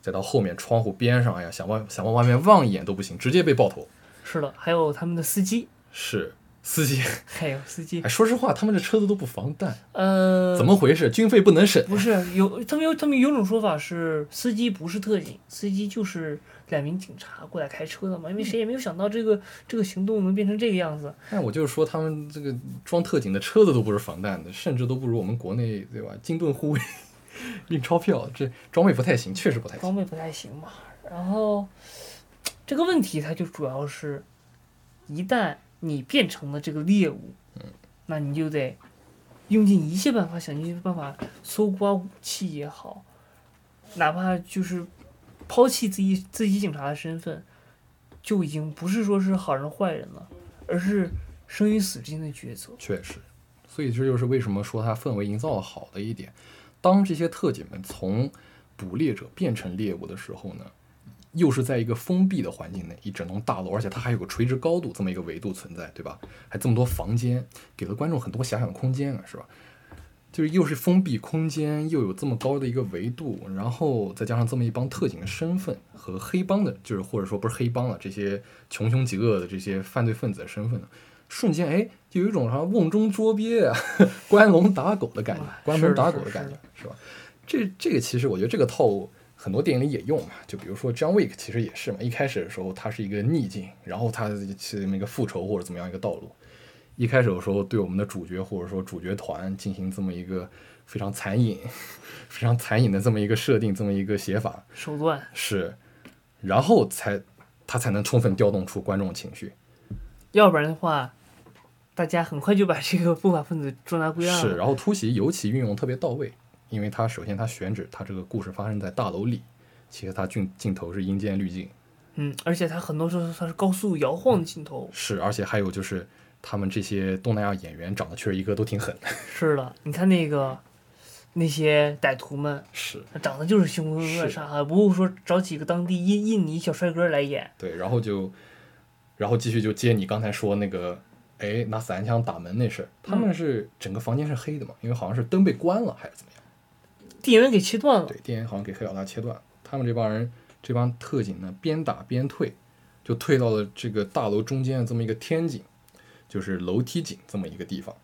[SPEAKER 1] 再到后面窗户边上，哎呀，想往想往外面望一眼都不行，直接被爆头。
[SPEAKER 2] 是的，还有他们的司机，
[SPEAKER 1] 是司机，
[SPEAKER 2] 还有司机
[SPEAKER 1] 哎，，说实话，他们这车子都不防弹，
[SPEAKER 2] 呃，
[SPEAKER 1] 怎么回事？军费不能省。
[SPEAKER 2] 不是有他们有他们有种说法是司机不是特警，司机就是两名警察过来开车的嘛，因为谁也没有想到这个这个行动能变成这个样子。
[SPEAKER 1] 那哎我就是说，他们这个装特警的车子都不是防弹的，甚至都不如我们国内对吧？金盾护卫 印钞票，这装备不太行，确实不太行。
[SPEAKER 2] 装备不太行嘛。然后这个问题它就主要是，一旦你变成了这个猎物，那你就得用尽一切办法，想尽一切办法搜刮武器也好，哪怕就是抛弃自己自己警察的身份，就已经不是说是好人坏人了，而是生与死之间的抉择。
[SPEAKER 1] 确实，所以这就是为什么说它氛围营造的好的一点。当这些特警们从捕猎者变成猎物的时候呢，又是在一个封闭的环境内，一整栋大楼，而且它还有个垂直高度这么一个维度存在，对吧？还这么多房间，给了观众很多遐想的空间啊，是吧？就是又是封闭空间，又有这么高的一个维度，然后再加上这么一帮特警的身份和黑帮的，就是或者说不是黑帮了，这些穷凶极恶的这些犯罪分子的身份呢，瞬间哎，就有一种啥瓮中捉鳖 啊，关笼打狗的感觉，关门打狗的感觉，是吧？这这个其实我觉得这个套路很多电影里也用嘛，就比如说 John Wick 其实也是嘛，一开始的时候他是一个逆境，然后他是那个复仇或者怎么样一个道路，一开始的时候对我们的主角或者说主角团进行这么一个非常残忍、 非常残忍的这么一个设定，这么一个写法
[SPEAKER 2] 手段
[SPEAKER 1] 是，然后才他才能充分调动出观众情绪，
[SPEAKER 2] 要不然的话，大家很快就把这个不法分子捉拿归案
[SPEAKER 1] 是，
[SPEAKER 2] 了。
[SPEAKER 1] 然后突袭尤其运用特别到位，因为它首先它选址，它这个故事发生在大楼里，其实它镜镜头是阴间滤镜，
[SPEAKER 2] 嗯，而且它很多时候它是高速摇晃的镜头。
[SPEAKER 1] 是，而且还有就是他们这些东南亚演员长得确实一个都挺狠的，
[SPEAKER 2] 是的，你看那个那些歹徒们，
[SPEAKER 1] 是
[SPEAKER 2] 长得就是凶神恶
[SPEAKER 1] 是
[SPEAKER 2] 煞，还不如说找几个当地印印尼小帅哥来演。
[SPEAKER 1] 对，然后就，然后继续就接你刚才说那个，哎，拿散弹枪打门那事儿，他们是整个房间是黑的嘛，因为好像是灯被关了还是怎么样，
[SPEAKER 2] 电源给切断了，
[SPEAKER 1] 对，电源好像给黑老大切断了，他们这帮人这帮特警呢边打边退，就退到了这个大楼中间的这么一个天井，就是楼梯井这么一个地方，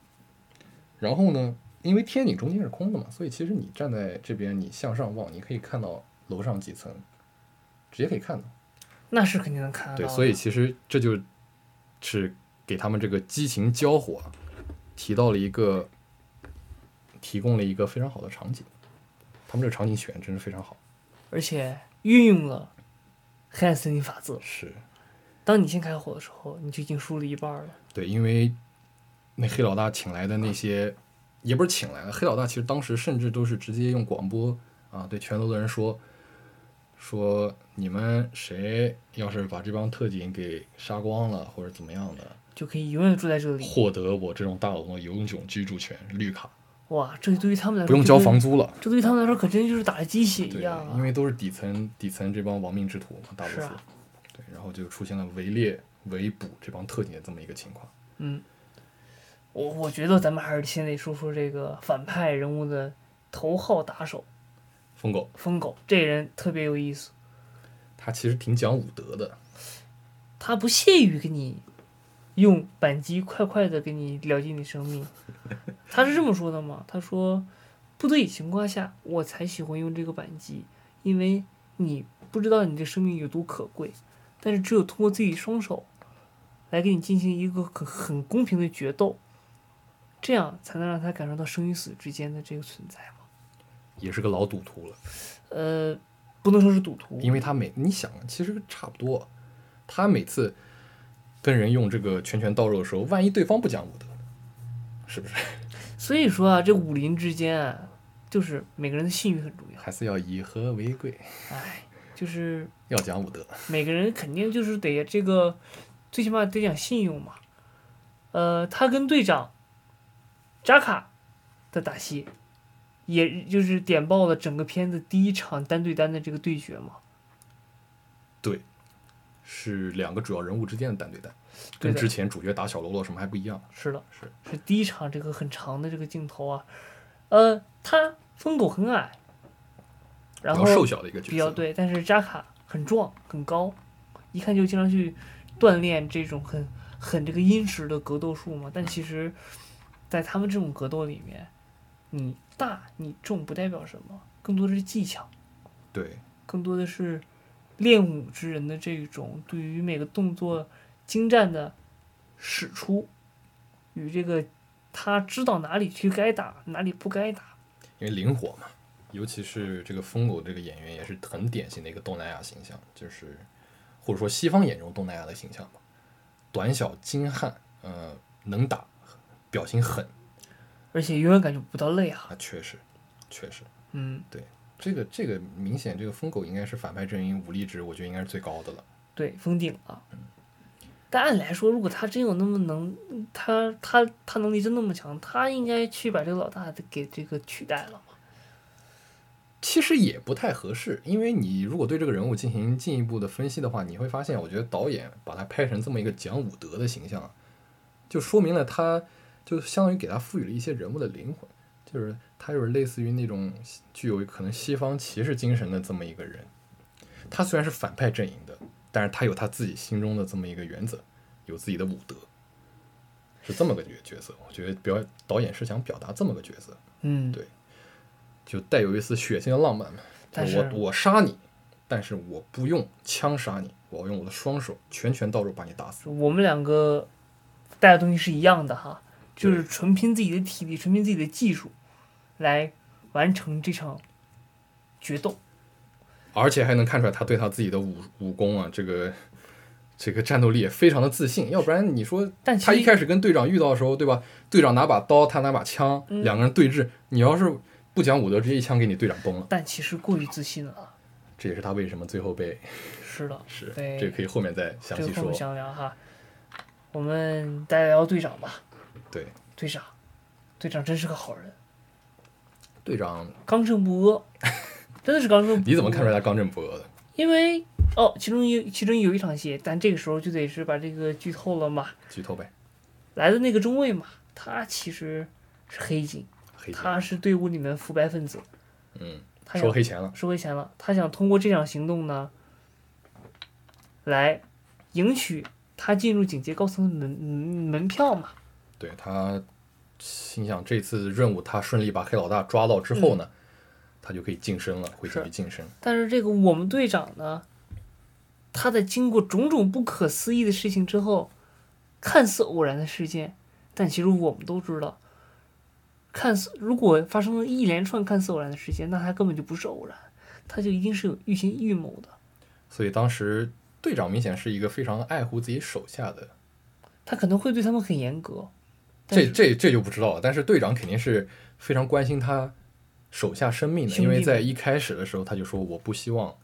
[SPEAKER 1] 然后呢，因为天井中间是空的嘛，所以其实你站在这边，你向上望，你可以看到楼上几层，直接可以看到。
[SPEAKER 2] 那是肯定能看得到
[SPEAKER 1] 对，
[SPEAKER 2] 的。
[SPEAKER 1] 所以其实这就是给他们这个激情交火啊提到了一个，提供了一个非常好的场景。他们这个场景选真是非常好，
[SPEAKER 2] 而且运用了黑暗森林法则。
[SPEAKER 1] 是
[SPEAKER 2] 当你先开火的时候，你就已经输了一半了。
[SPEAKER 1] 对，因为那黑老大请来的那些，也不是请来的，黑老大其实当时甚至都是直接用广播啊对全楼的人说，说你们谁要是把这帮特警给杀光了或者怎么样的，
[SPEAKER 2] 就可以永远住在这里。
[SPEAKER 1] 获得我这种大佬的永久居住权绿卡，
[SPEAKER 2] 哇，这对于他们来
[SPEAKER 1] 不
[SPEAKER 2] 说
[SPEAKER 1] 用交
[SPEAKER 2] 就跟
[SPEAKER 1] 房，租了。
[SPEAKER 2] 这对于他们来说可呃真就是打了鸡血一
[SPEAKER 1] 对
[SPEAKER 2] 样，
[SPEAKER 1] 因
[SPEAKER 2] 啊！
[SPEAKER 1] 为都是底层底层这帮亡命之徒嘛，大多
[SPEAKER 2] 是
[SPEAKER 1] 数。
[SPEAKER 2] 啊
[SPEAKER 1] 对，然后就出现了围猎、围捕这帮特警的这么一个情况。
[SPEAKER 2] 嗯，我我觉得咱们还是先得说说这个反派人物的头号打手
[SPEAKER 1] 疯狗
[SPEAKER 2] 疯狗，这人特别有意思，
[SPEAKER 1] 他其实挺讲武德的，
[SPEAKER 2] 他不屑于跟你用扳机快快的给你了结你生命，他是这么说的嘛？他说，不得已情况下，我才喜欢用这个扳机，因为你不知道你的生命有多可贵，但是只有通过自己双手来给你进行一个很很公平的决斗，这样才能让他感受到生与死之间的这个存在嘛？
[SPEAKER 1] 也是个老赌徒了。
[SPEAKER 2] 呃，不能说是赌徒，
[SPEAKER 1] 因为他每你想，啊其实差不多，他每次跟人用这个拳拳到肉的时候，万一对方不讲武德呢，是不是？
[SPEAKER 2] 所以说啊，这武林之间啊，就是每个人的信誉很重要。
[SPEAKER 1] 还是要以和为贵，
[SPEAKER 2] 哎，就是
[SPEAKER 1] 要讲武德。
[SPEAKER 2] 每个人肯定就是得这个，最起码得讲信用嘛。呃，他跟队长扎卡的打戏，也就是点爆了整个片子第一场单对单的这个对决嘛。
[SPEAKER 1] 对，是两个主要人物之间的单对单，
[SPEAKER 2] 对
[SPEAKER 1] 跟
[SPEAKER 2] 的
[SPEAKER 1] 之前主角打小喽啰什么还不一样。
[SPEAKER 2] 是的，
[SPEAKER 1] 是
[SPEAKER 2] 是第一场这个很长的这个镜头啊。呃，他疯狗很矮，然
[SPEAKER 1] 比
[SPEAKER 2] 后
[SPEAKER 1] 较瘦小的一个角色，
[SPEAKER 2] 比较对，但是扎卡很壮很高，一看就经常去锻炼这种很很这个殷实的格斗术嘛。但其实，在他们这种格斗里面，你大你重不代表什么，更多的是技巧，
[SPEAKER 1] 对
[SPEAKER 2] 更多的是练武之人的这种对于每个动作精湛的使出，与这个他知道哪里去该打，哪里不该打。
[SPEAKER 1] 因为灵活嘛，尤其是这个疯狗这个演员也是很典型的一个东南亚形象，就是或者说西方眼中东南亚的形象吧，短小精悍，呃，能打，表情狠
[SPEAKER 2] 而且永远感觉不到累啊，
[SPEAKER 1] 啊，确实，确实，
[SPEAKER 2] 嗯，
[SPEAKER 1] 这个这个明显这个疯狗应该是反派阵营武力值，我觉得应该是最高的了。
[SPEAKER 2] 对，封顶了。
[SPEAKER 1] 嗯
[SPEAKER 2] 但按理来说，如果他真有那么能，他他他能力真那么强，他应该去把这个老大给这个取代了嘛？
[SPEAKER 1] 其实也不太合适，因为你如果对这个人物进行进一步的分析的话，你会发现，我觉得导演把他拍成这么一个讲武德的形象，啊就说明了他就相当于给他赋予了一些人物的灵魂，就是他有点类似于那种具有可能西方骑士精神的这么一个人。他虽然是反派阵营的，但是他有他自己心中的这么一个原则，有自己的武德，是这么个角角色。我觉得表导演是想表达这么个角色。
[SPEAKER 2] 嗯
[SPEAKER 1] 对就带有一丝血腥的浪漫嘛。
[SPEAKER 2] 但
[SPEAKER 1] 就是我我杀你，但是我不用枪杀你，我要用我的双手拳拳到肉把你打死。
[SPEAKER 2] 我们两个带的东西是一样的哈，就
[SPEAKER 1] 对
[SPEAKER 2] 是纯凭自己的体力，纯凭自己的技术来完成这场决斗。
[SPEAKER 1] 而且还能看出来他对他自己的武武功啊，这个这个战斗力也非常的自信。要不然你说
[SPEAKER 2] 但其
[SPEAKER 1] 他一
[SPEAKER 2] 实
[SPEAKER 1] 开始跟队长遇到的时候，对吧？队长拿把刀，他拿把枪，
[SPEAKER 2] 嗯
[SPEAKER 1] 两个人对峙，你要是不讲武德，直接一枪给你队长崩了。
[SPEAKER 2] 但其实过于自信了啊，
[SPEAKER 1] 这也是他为什么最后被
[SPEAKER 2] 是的，
[SPEAKER 1] 是
[SPEAKER 2] 对
[SPEAKER 1] 这个可以后面再详
[SPEAKER 2] 这
[SPEAKER 1] 细
[SPEAKER 2] 个后
[SPEAKER 1] 说
[SPEAKER 2] 面。详聊哈。我们再聊队长吧，
[SPEAKER 1] 对，
[SPEAKER 2] 队长，队长真是个好人。
[SPEAKER 1] 队长
[SPEAKER 2] 刚正不阿， 真的是刚正不阿。
[SPEAKER 1] 你怎么看出来？他刚正不阿的？
[SPEAKER 2] 因为哦，其中有其中有一场戏，但这个时候就得是把这个剧透了嘛。
[SPEAKER 1] 剧透呗，
[SPEAKER 2] 来的那个中尉嘛，他其实是黑警，
[SPEAKER 1] 黑钱，
[SPEAKER 2] 他是队伍里面腐败分子，
[SPEAKER 1] 嗯，
[SPEAKER 2] 他
[SPEAKER 1] 收
[SPEAKER 2] 想
[SPEAKER 1] 黑钱了，
[SPEAKER 2] 收回钱了，他想通过这场行动呢，来赢取他进入警戒高层的门门门票嘛。
[SPEAKER 1] 对他心想，这次任务他顺利把黑老大抓到之后呢，他就可以晋升了，会继续
[SPEAKER 2] 嗯是
[SPEAKER 1] 晋升。
[SPEAKER 2] 但是这个我们队长呢，他在经过种种不可思议的事情之后，看似偶然的事件，但其实我们都知道，看似如果发生了一连串看似偶然的事件，那他根本就不是偶然，他就一定是有预先预谋的。
[SPEAKER 1] 所以当时队长明显是一个非常爱护自己手下的，
[SPEAKER 2] 他可能会对他们很严格，但
[SPEAKER 1] 这
[SPEAKER 2] 是
[SPEAKER 1] 这这就不知道了。但是队长肯定是非常关心他手下生命的，
[SPEAKER 2] 兄弟
[SPEAKER 1] 因
[SPEAKER 2] 们
[SPEAKER 1] 为在一开始的时候他就说我不希望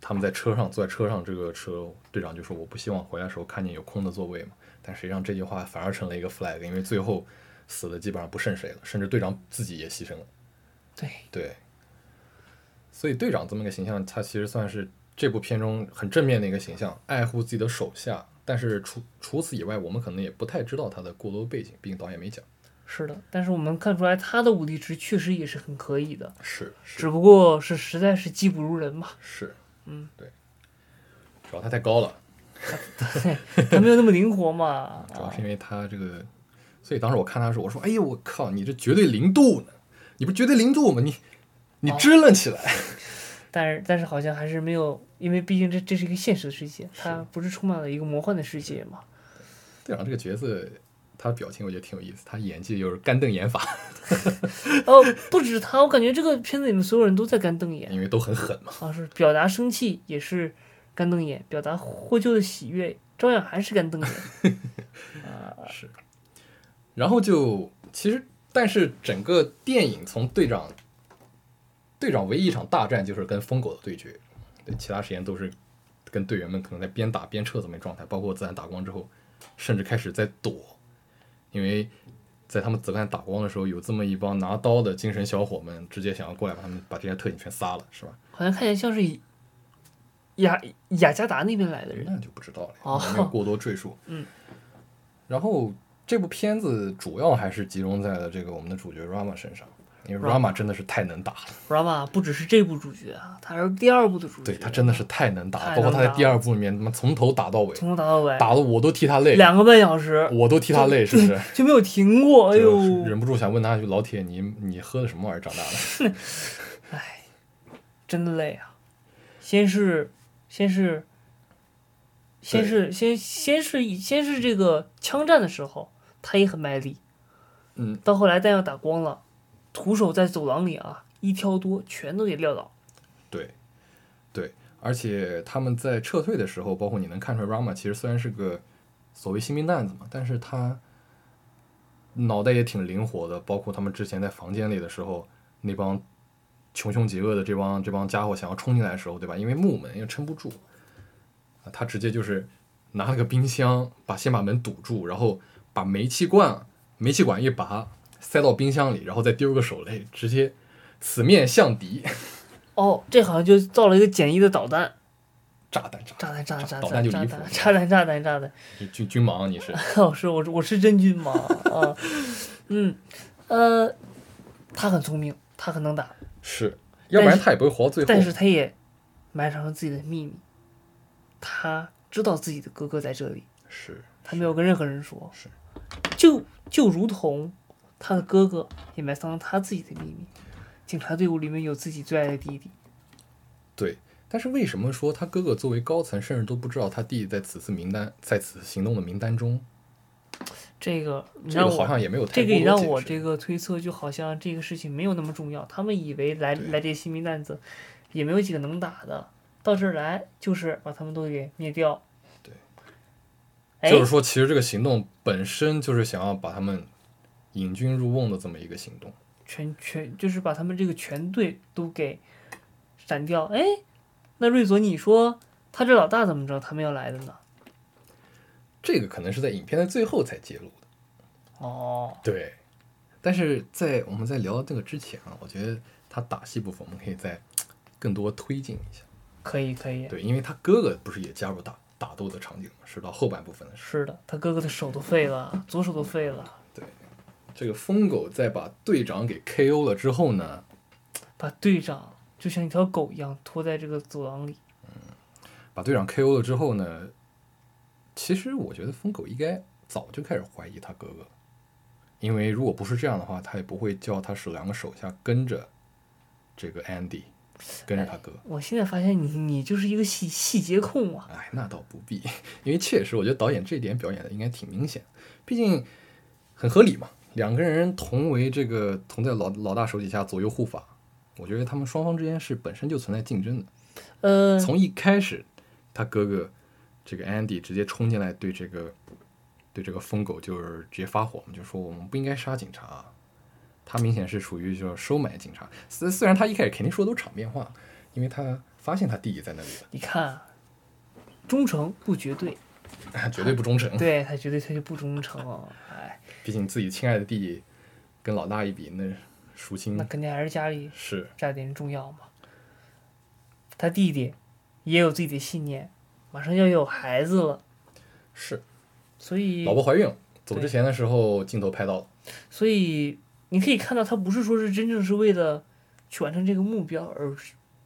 [SPEAKER 1] 他们在车上坐在车上这个车，队长就说我不希望回来的时候看见有空的座位嘛。但实际上这句话反而成了一个 flag，因为最后死的基本上不剩谁了，甚至队长自己也牺牲了。
[SPEAKER 2] 对
[SPEAKER 1] 对，所以队长这么个形象，他其实算是这部片中很正面的一个形象，爱护自己的手下。但是除除此以外，我们可能也不太知道他的过多背景，毕竟导演没讲。
[SPEAKER 2] 是的。但是我们看出来他的武力值确实也是很可以的，
[SPEAKER 1] 是
[SPEAKER 2] 只不过是实在是技不如 人吧，
[SPEAKER 1] 是，
[SPEAKER 2] 嗯，
[SPEAKER 1] 对，主要他太高了，
[SPEAKER 2] 他没有那么灵活嘛。啊
[SPEAKER 1] 主要是因为他这个，所以当时我看他的时候，我说：“哎呦，我靠，你这绝对零度呢，你不是绝对零度吗？你你支棱起来。
[SPEAKER 2] 但是但是好像还是没有，因为毕竟这这是一个现实的世界，它不是充满了一个魔幻的世界嘛。
[SPEAKER 1] 队长这个角色，他表情我觉得挺有意思，他演技就是干瞪眼法，
[SPEAKER 2] 哦，不止他，我感觉这个片子里面所有人都在干瞪眼
[SPEAKER 1] 因为都很狠嘛。
[SPEAKER 2] 啊，是表达生气也是干瞪眼，表达获救的喜悦照样还是干瞪眼。
[SPEAKER 1] 是，然后就其实，但是整个电影从队长，队长唯一一场大战就是跟疯狗的对决，对，其他时间都是跟队员们可能在边打边撤这么一个状态，包括子弹打光之后，甚至开始在躲，因为在他们子弹打光的时候，有这么一帮拿刀的精神小伙们直接想要过来把他们把这些特警全杀了，是吧？
[SPEAKER 2] 好像看起来像是以雅雅加达那边来的人。
[SPEAKER 1] 那就不知道了，
[SPEAKER 2] 哦
[SPEAKER 1] 我没有过多赘述。
[SPEAKER 2] 嗯，
[SPEAKER 1] 然后这部片子主要还是集中在了这个我们的主角 Rama 身上，因为 Rama 真的是太能打了，
[SPEAKER 2] Rama 不只是这部主角啊，他是第二部的主角，
[SPEAKER 1] 对他真的是太能打了，
[SPEAKER 2] 太
[SPEAKER 1] 包括他
[SPEAKER 2] 能
[SPEAKER 1] 在
[SPEAKER 2] 打
[SPEAKER 1] 第二部里面他妈从头打到尾，
[SPEAKER 2] 从头打到尾，
[SPEAKER 1] 打的我都替他累，
[SPEAKER 2] 两个半小时
[SPEAKER 1] 我都替他累，是不是？
[SPEAKER 2] 就没有停过。哎
[SPEAKER 1] 就
[SPEAKER 2] 呦
[SPEAKER 1] 是，忍不住想问他一句：“老铁，你你喝的什么玩意儿长大的
[SPEAKER 2] 真的累啊！先是先是先是先先是以先是这个枪战的时候，他也很卖力，
[SPEAKER 1] 嗯，
[SPEAKER 2] 到后来弹药打光了，徒手在走廊里啊一挑多，全都给撂倒。？”
[SPEAKER 1] 对，对，而且他们在撤退的时候，包括你能看出来 Rama 其实虽然是个所谓新兵蛋子嘛，但是他脑袋也挺灵活的。包括他们之前在房间里的时候，那帮穷凶极恶的这帮这帮家伙想要冲进来的时候，对吧？因为木门又撑不住，啊，他直接就是拿了个冰箱，把先把门堵住，然后把煤气罐煤气管一拔，塞到冰箱里，然后再丢个手雷，直接死面向敌，
[SPEAKER 2] 哦，这好像就造了一个简易的导弹，
[SPEAKER 1] 炸弹炸弹，
[SPEAKER 2] 炸弹炸弹炸
[SPEAKER 1] 导弹
[SPEAKER 2] 弹
[SPEAKER 1] 就
[SPEAKER 2] 炸
[SPEAKER 1] 离
[SPEAKER 2] 弹
[SPEAKER 1] 谱
[SPEAKER 2] 炸弹炸弹炸弹。
[SPEAKER 1] 军军军盲你是。
[SPEAKER 2] 老师，我是我是真菌吗？ 啊，嗯，呃，他很聪明，他很能打，
[SPEAKER 1] 是，要不然
[SPEAKER 2] 但 是
[SPEAKER 1] 他也不会活到最后。
[SPEAKER 2] 但是他也埋藏了自己的秘密，他知道自己的哥哥在这里，
[SPEAKER 1] 是
[SPEAKER 2] 他没有跟任何人说，
[SPEAKER 1] 是
[SPEAKER 2] 就就如同他的哥哥也埋藏了他自己的秘密。警察队伍里面有自己最爱的弟弟，
[SPEAKER 1] 对，但是为什么说他哥哥作为高层，甚至都不知道他弟弟在此次名单在此次行动的名单中？
[SPEAKER 2] 这个你
[SPEAKER 1] 这
[SPEAKER 2] 让
[SPEAKER 1] 个
[SPEAKER 2] 我
[SPEAKER 1] 好像也没有太
[SPEAKER 2] 这个也
[SPEAKER 1] 过多
[SPEAKER 2] 让
[SPEAKER 1] 解
[SPEAKER 2] 我
[SPEAKER 1] 释
[SPEAKER 2] 这个推测，就好像这个事情没有那么重要。他们以为来
[SPEAKER 1] 对
[SPEAKER 2] 来这些新兵蛋子，也没有几个能打的，到这儿来就是把他们都给灭掉。
[SPEAKER 1] 对，
[SPEAKER 2] 哎，
[SPEAKER 1] 就是说，其实这个行动本身就是想要把他们引军入瓮的这么一个行动。
[SPEAKER 2] 全全就是把他们这个全队都给斩掉。哎，那瑞佐，你说他这老大怎么知道他们要来的呢？
[SPEAKER 1] 这个可能是在影片的最后才揭露的。
[SPEAKER 2] 哦，
[SPEAKER 1] 对，但是在我们在聊这个之前啊，我觉得他打戏部分我们可以再更多推进一下。
[SPEAKER 2] 可以可以，
[SPEAKER 1] 对，因为他哥哥不是也加入打打斗的场景吗？是到后半部分的时候。
[SPEAKER 2] 是的，他哥哥的手都废了，左手都废了，
[SPEAKER 1] 这个疯狗在把队长给 KO 了之后呢，
[SPEAKER 2] 把队长就像一条狗一样拖在这个走廊里。
[SPEAKER 1] 把队长 KO 了之后呢，其实我觉得疯狗应该早就开始怀疑他哥哥了，因为如果不是这样的话，他也不会叫他手两个手下跟着这个 Andy，跟着他哥。
[SPEAKER 2] 我现在发现你，你就是一个细细节控啊！
[SPEAKER 1] 哎，那倒不必，因为确实我觉得导演这点表演的应该挺明显，毕竟很合理嘛。两个人同为这个同在老老大手底下左右护法，我觉得他们双方之间是本身就存在竞争的。
[SPEAKER 2] 呃，
[SPEAKER 1] 从一开始，他哥哥这个 Andy 直接冲进来，对这个对这个疯狗就是直接发火嘛，就说我们不应该杀警察。啊他明显是属于就是收买警察，虽虽然他一开始肯定说的都是场面话，因为他发现他弟弟在那里
[SPEAKER 2] 你看，忠诚不绝对，
[SPEAKER 1] 了， 绝对不忠诚。
[SPEAKER 2] 对他绝对他就不忠诚哦，哎，
[SPEAKER 1] 毕竟自己亲爱的弟弟跟老大一比，那孰轻
[SPEAKER 2] 那肯定还是家里
[SPEAKER 1] 是
[SPEAKER 2] 这点重要嘛。他弟弟也有自己的信念，马上要有孩子了，
[SPEAKER 1] 是。
[SPEAKER 2] 所以
[SPEAKER 1] 老婆怀孕了，走
[SPEAKER 2] 对
[SPEAKER 1] 之前的时候镜头拍到了，
[SPEAKER 2] 所以你可以看到，他不是说是真正是为了去完成这个目标而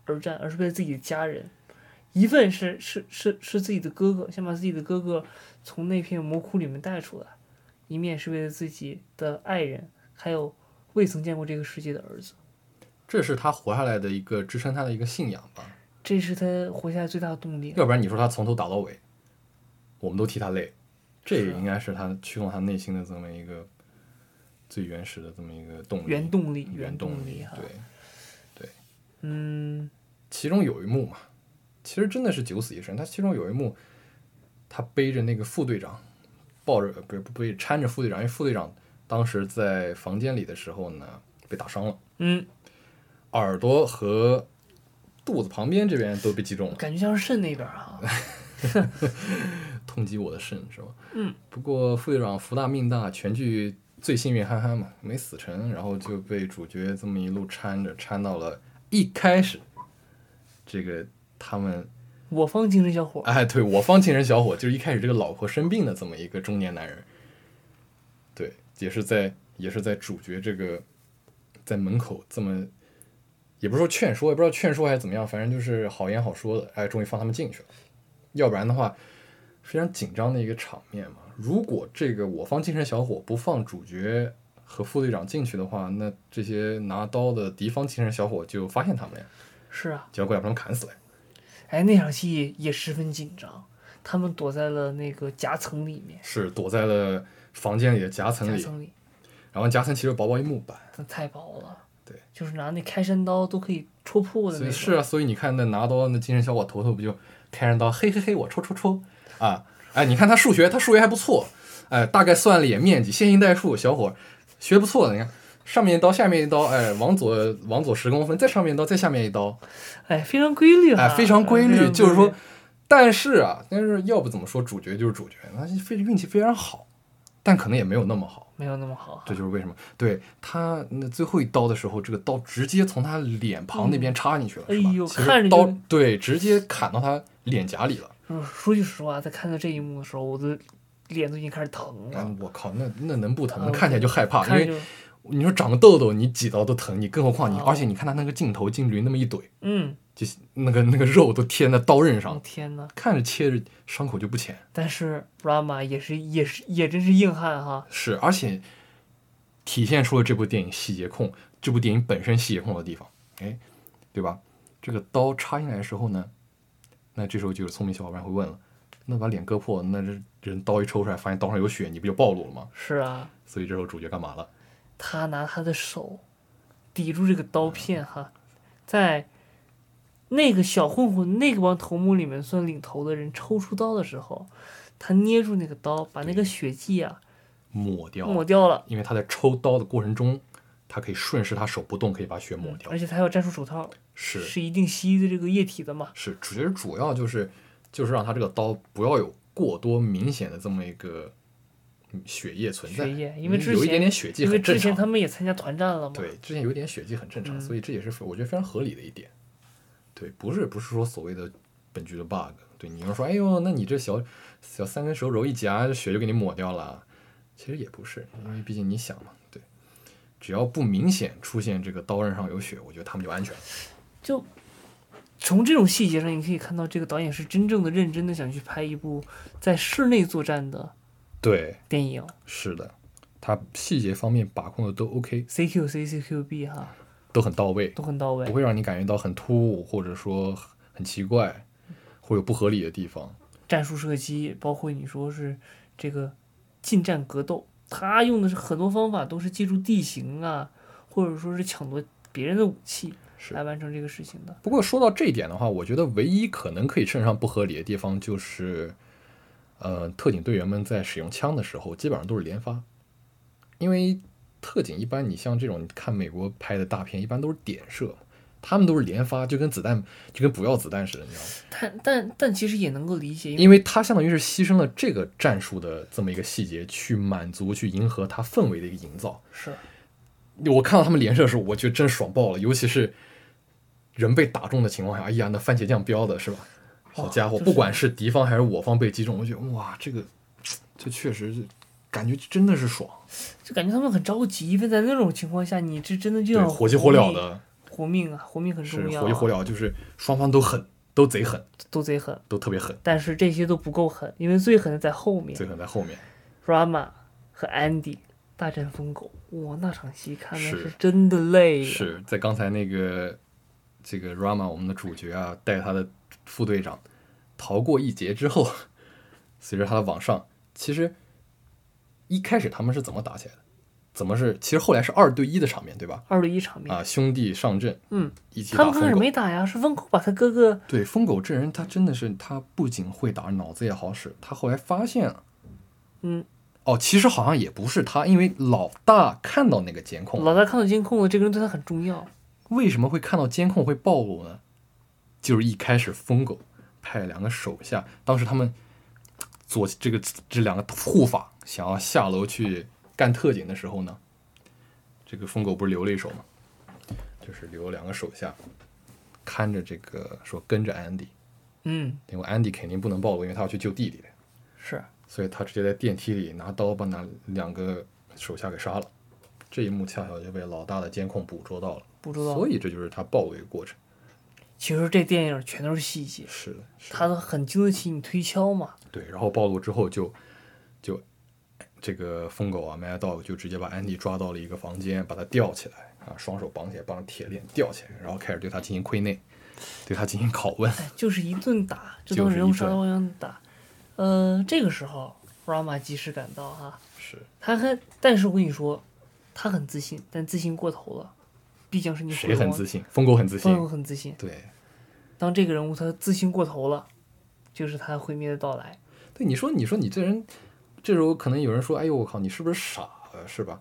[SPEAKER 2] 而战，而是为了自己的家人。一份是是是是自己的哥哥，想把自己的哥哥从那片魔窟里面带出来；一面是为了自己的爱人，还有未曾见过这个世界的儿子。
[SPEAKER 1] 这是他活下来的一个支撑他的一个信仰吧。
[SPEAKER 2] 这是他活下来最大的动力。
[SPEAKER 1] 要不然你说他从头打到尾，我们都替他累，这也应该是他驱动他内心的这么一个最原始的这么一个动力，
[SPEAKER 2] 原动力，
[SPEAKER 1] 原
[SPEAKER 2] 动
[SPEAKER 1] 力
[SPEAKER 2] 哈。
[SPEAKER 1] 对，
[SPEAKER 2] 嗯，
[SPEAKER 1] 其中有一幕嘛，其实真的是九死一生。他其中有一幕，他背着那个副队长，抱着呃不是不是搀着副队长，因为副队长当时在房间里的时候呢被打伤了，
[SPEAKER 2] 嗯，
[SPEAKER 1] 耳朵和肚子旁边这边都被击中了。
[SPEAKER 2] 感觉像是肾那边儿啊哈。
[SPEAKER 1] 痛击我的肾是吧？
[SPEAKER 2] 嗯。
[SPEAKER 1] 不过副队长福大命大，全剧最幸运憨憨嘛，没死成，然后就被主角这么一路搀着，搀到了一开始这个他们
[SPEAKER 2] 我方精神 小伙儿，
[SPEAKER 1] 哎，对我方精神小伙，就是一开始这个老婆生病的这么一个中年男人，对，也是在也是在主角这个在门口这么。也不是说劝说，也不知道劝说还是怎么样，反正就是好言好说的，哎，终于放他们进去了。要不然的话，非常紧张的一个场面嘛。如果这个我方精神小伙不放主角和副队长进去的话，那这些拿刀的敌方精神小伙就发现他们了呀，
[SPEAKER 2] 是啊，
[SPEAKER 1] 就要过来把他们砍死了呀。
[SPEAKER 2] 哎，那场戏也十分紧张，他们躲在了那个夹层里面，
[SPEAKER 1] 是躲在了房间里的夹层
[SPEAKER 2] 夹
[SPEAKER 1] 里，
[SPEAKER 2] 层里
[SPEAKER 1] 然后夹层其实薄薄一木板，
[SPEAKER 2] 那太薄了，
[SPEAKER 1] 对，
[SPEAKER 2] 就是拿那开山刀都可以戳破的
[SPEAKER 1] 所
[SPEAKER 2] 那
[SPEAKER 1] 以
[SPEAKER 2] 种。
[SPEAKER 1] 是啊，所以你看那拿刀那精神小伙头头不就开上刀，嘿嘿嘿，我戳戳戳啊！哎，你看他数学，他数学还不错，哎，大概算力、面积、线性代数，小伙儿学不错的。你看上面一刀，下面一刀，哎，往左往左十公分，再上面一刀，再下面一刀，
[SPEAKER 2] 哎，非常规律啊，
[SPEAKER 1] 哎，非常规
[SPEAKER 2] 非
[SPEAKER 1] 律。
[SPEAKER 2] 常
[SPEAKER 1] 就是说
[SPEAKER 2] 规律，
[SPEAKER 1] 但是啊，但是要不怎么说主角就是主角，那非运气非常好，但可能也没有那么好。
[SPEAKER 2] 没有那么好。啊
[SPEAKER 1] 这就是为什么，对他那最后一刀的时候，这个刀直接从他脸庞那边插进去了，
[SPEAKER 2] 哎
[SPEAKER 1] 是吧？
[SPEAKER 2] 呦
[SPEAKER 1] 其实
[SPEAKER 2] 看着
[SPEAKER 1] 刀
[SPEAKER 2] 就
[SPEAKER 1] 对，直接砍到他脸颊里了。
[SPEAKER 2] 说说句实话，在看到这一幕的时候，我的脸都已经开始疼了，
[SPEAKER 1] 嗯，我靠，那那能不疼吗？
[SPEAKER 2] 嗯
[SPEAKER 1] 看起来就害怕，因
[SPEAKER 2] 看着
[SPEAKER 1] 为
[SPEAKER 2] 就
[SPEAKER 1] 你说长个痘痘，你挤到都疼，你更何况你，
[SPEAKER 2] 哦
[SPEAKER 1] 而且你看他那个镜头进驴那么一怼，
[SPEAKER 2] 嗯，
[SPEAKER 1] 就是那个那个肉都贴在刀刃
[SPEAKER 2] 我
[SPEAKER 1] 上，
[SPEAKER 2] 天呐。
[SPEAKER 1] 看着切着伤口就不浅。
[SPEAKER 2] 但是 Rama 也是也是也真是硬汉哈，
[SPEAKER 1] 是，而且体现出了这部电影细节控，这部电影本身细节控的地方，哎，对吧？这个刀插进来的时候呢，那这时候就有聪明小伙伴会问了，那把脸割破，那这人刀一抽出来，发现刀上有血，你不就暴露了吗？
[SPEAKER 2] 是啊，
[SPEAKER 1] 所以这时候主角干嘛了？
[SPEAKER 2] 他拿他的手抵住这个刀片哈，在那个小混混那个帮头目里面算领头的人抽出刀的时候，他捏住那个刀，把那个血迹啊
[SPEAKER 1] 抹掉，
[SPEAKER 2] 抹掉了，
[SPEAKER 1] 因为他在抽刀的过程中，他可以顺势他手不动，可以把血抹掉。
[SPEAKER 2] 而且他要战术手套，
[SPEAKER 1] 是
[SPEAKER 2] 是一定吸的这个液体的嘛，
[SPEAKER 1] 是，其实主要就是就是让他这个刀不要有过多明显的这么一个嗯血液存在，
[SPEAKER 2] 血液因为之
[SPEAKER 1] 有一
[SPEAKER 2] 前
[SPEAKER 1] 点点血迹
[SPEAKER 2] 因为
[SPEAKER 1] 很正
[SPEAKER 2] 之
[SPEAKER 1] 常。
[SPEAKER 2] 前他们也参加团战了嘛，
[SPEAKER 1] 对之前有一点血迹很正常，
[SPEAKER 2] 嗯
[SPEAKER 1] 所以这也是我觉得非常合理的一点。对，不是不是说所谓的本剧的 bug。对，你要说哎呦，那你这小小三根手肘一夹，这血就给你抹掉了啊，其实也不是，因为毕竟你想嘛，对，只要不明显出现这个刀刃上有血，我觉得他们就安全了。
[SPEAKER 2] 就从这种细节上，你可以看到这个导演是真正的认真的想去拍一部在室内作战的
[SPEAKER 1] 对，
[SPEAKER 2] 电影。
[SPEAKER 1] 是的，他细节方面把控的都 OK，
[SPEAKER 2] CQ C C Q B 哈
[SPEAKER 1] 都很到位，
[SPEAKER 2] 都很到
[SPEAKER 1] 不
[SPEAKER 2] 位，
[SPEAKER 1] 会让你感觉到很突兀，或者说很奇怪，或有不合理的地方。
[SPEAKER 2] 战术射击，包括你说是这个近战格斗，他用的是很多方法都是借助地形啊，或者说是抢夺别人的武器，
[SPEAKER 1] 是
[SPEAKER 2] 来完成这个事情的。
[SPEAKER 1] 不过说到这一点的话，我觉得唯一可能可以称上不合理的地方就是，呃，特警队员们在使用枪的时候，基本上都是连发，因为特警一般你像这种你看美国拍的大片，一般都是点射，他们都是连发，就跟子弹就跟不要子弹似的，你知道吗？
[SPEAKER 2] 但但但其实也能够理解，因为
[SPEAKER 1] 因为他相当于是牺牲了这个战术的这么一个细节，去满足去迎合他氛围的一个营造。
[SPEAKER 2] 是
[SPEAKER 1] 我看到他们连射的时候，我觉得真爽爆了，尤其是人被打中的情况下，哎呀，那番茄酱飙的是吧？好家伙，
[SPEAKER 2] 就是
[SPEAKER 1] 不管是敌方还是我方被击中，我觉得哇，这个这确实是感觉真的是爽，
[SPEAKER 2] 就感觉他们很着急，因为在那种情况下，你这真的就
[SPEAKER 1] 对，
[SPEAKER 2] 要
[SPEAKER 1] 火急火燎的，
[SPEAKER 2] 活命啊，活命很
[SPEAKER 1] 是
[SPEAKER 2] 重要、啊，
[SPEAKER 1] 火急火燎，就是双方都狠，都贼狠，
[SPEAKER 2] 都贼狠，
[SPEAKER 1] 都特别狠，
[SPEAKER 2] 但是这些都不够狠，因为最狠的在后面
[SPEAKER 1] 贼狠在后面。
[SPEAKER 2] ，Rama 和 Andy 大战疯狗，哇，那场戏看的
[SPEAKER 1] 是
[SPEAKER 2] 是真的累呀、
[SPEAKER 1] 是 在刚才那个这个 Rama 我们的主角啊，带他的副队长逃过一劫之后， 随着他的往上，其实一开始他们是怎么打起来的？怎么是？其实后来是二对一的场面，对吧？
[SPEAKER 2] 二对一场面，
[SPEAKER 1] 啊，兄弟上阵
[SPEAKER 2] 嗯，
[SPEAKER 1] 一起
[SPEAKER 2] 他
[SPEAKER 1] 打
[SPEAKER 2] 们刚开
[SPEAKER 1] 疯
[SPEAKER 2] 始
[SPEAKER 1] 狗。
[SPEAKER 2] 没打呀，是疯狗把他哥哥
[SPEAKER 1] 对，疯狗这人他真的是，他不仅会打，脑子也好使。他后来发现了，
[SPEAKER 2] 嗯，
[SPEAKER 1] 哦，其实好像也不是他，因为老大看到那个监控了，
[SPEAKER 2] 老大看到监控了，这个人对他很重要，
[SPEAKER 1] 为什么会看到监控会暴露呢？就是一开始疯狗派了两个手下，当时他们左这个这两个护法想要下楼去干特警的时候呢，这个疯狗不是留了一手吗？就是留两个手下看着这个说跟着安迪，
[SPEAKER 2] 嗯，
[SPEAKER 1] 因为安迪肯定不能暴露，因为他要去救弟弟的，
[SPEAKER 2] 是
[SPEAKER 1] 所以他直接在电梯里拿刀把那两个手下给杀了。这一幕恰巧就被老大的监控捕捉到了，
[SPEAKER 2] 不知道，
[SPEAKER 1] 所以这就是他暴露的一个过程。
[SPEAKER 2] 其实这电影全都是细节，
[SPEAKER 1] 是的，是的
[SPEAKER 2] 他都很经得起你推敲嘛，
[SPEAKER 1] 对。然后暴露之后就就这个疯狗啊，Mad Dog 就直接把安迪抓到了一个房间，把他吊起来啊，双手绑起来，绑铁链吊起来，然后开始对他进行窥内，对他进行拷问。
[SPEAKER 2] 哎就是一顿打，就
[SPEAKER 1] 就
[SPEAKER 2] 当
[SPEAKER 1] 是
[SPEAKER 2] 人物
[SPEAKER 1] 一
[SPEAKER 2] 杀
[SPEAKER 1] 顿
[SPEAKER 2] 刀一样打。呃，这个时候 Rama 及时赶到哈、
[SPEAKER 1] 是
[SPEAKER 2] 他很，但是我跟你说，他很自信，但自信过头了，毕竟是 你
[SPEAKER 1] 谁很自
[SPEAKER 2] 信？
[SPEAKER 1] 信？疯狗很自信
[SPEAKER 2] 朋。友很自信。
[SPEAKER 1] 对
[SPEAKER 2] 当这个人物他自信过头了，就是他毁灭的到来。
[SPEAKER 1] 对，你说你说你这人，这时候可能有人说：“哎呦，我靠，你是不是傻啊？是吧？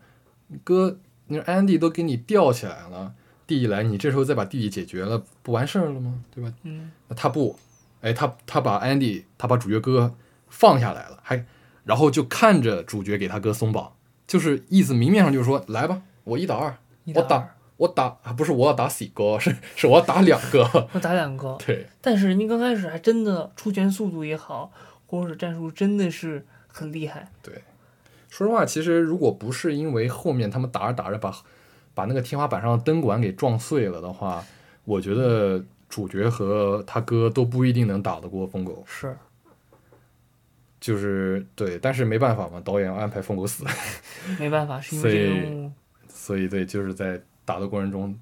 [SPEAKER 1] 哥，那安迪都给你吊起来了，弟弟来，你这时候再把弟弟解决了，不完事儿了吗？对吧？
[SPEAKER 2] 嗯，
[SPEAKER 1] 那他不，哎，他他把 Andy，他把主角哥放下来了，还然后就看着主角给他哥松绑，就是意思明面上就是说来吧，我一打二，
[SPEAKER 2] 一
[SPEAKER 1] 我
[SPEAKER 2] 打二
[SPEAKER 1] 打我打啊不是我要打死一个，是是我要打两个，
[SPEAKER 2] 我打两个，
[SPEAKER 1] 对，
[SPEAKER 2] 但是人家刚开始还真的出拳速度也好，或者战术真的是很厉害。
[SPEAKER 1] 说实话，其实如果不是因为后面他们打着打着把把那个天花板上的灯管给撞碎了的话，我觉得主角和他哥都不一定能打得过疯狗，
[SPEAKER 2] 是，
[SPEAKER 1] 就是对，但是没办法嘛，导演要安排疯狗死。
[SPEAKER 2] 没办法，是因为这个
[SPEAKER 1] 所以
[SPEAKER 2] 人物
[SPEAKER 1] 所以对，就是在打的过程中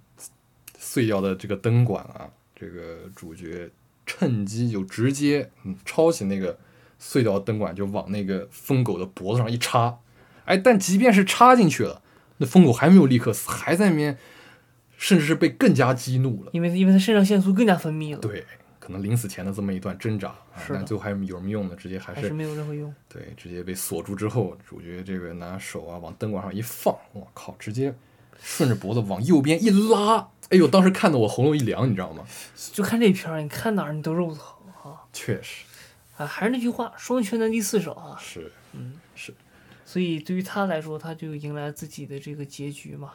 [SPEAKER 1] 碎掉的这个灯管啊，这个主角趁机就直接嗯抄起那个碎掉的灯管，就往那个疯狗的脖子上一插。哎，但即便是插进去了，那疯狗还没有立刻死，还在那边，甚至是被更加激怒了。
[SPEAKER 2] 因为因为他肾上腺素更加分泌了，
[SPEAKER 1] 对，可能临死前的这么一段挣扎，啊
[SPEAKER 2] 是的
[SPEAKER 1] 但最后还有什么用呢？直接还
[SPEAKER 2] 还
[SPEAKER 1] 是
[SPEAKER 2] 是没有任何用。
[SPEAKER 1] 对，直接被锁住之后，主角这个拿手啊往灯管上一放，我靠，直接顺着脖子往右边一拉，哎呦，当时看得我喉咙一凉，你知道吗？
[SPEAKER 2] 就看这片儿，你看哪儿你都肉疼啊！
[SPEAKER 1] 确实
[SPEAKER 2] 啊，还是那句话，双拳难敌四手啊。
[SPEAKER 1] 是，
[SPEAKER 2] 嗯，
[SPEAKER 1] 是
[SPEAKER 2] 所以对于他来说，他就迎来自己的这个结局嘛。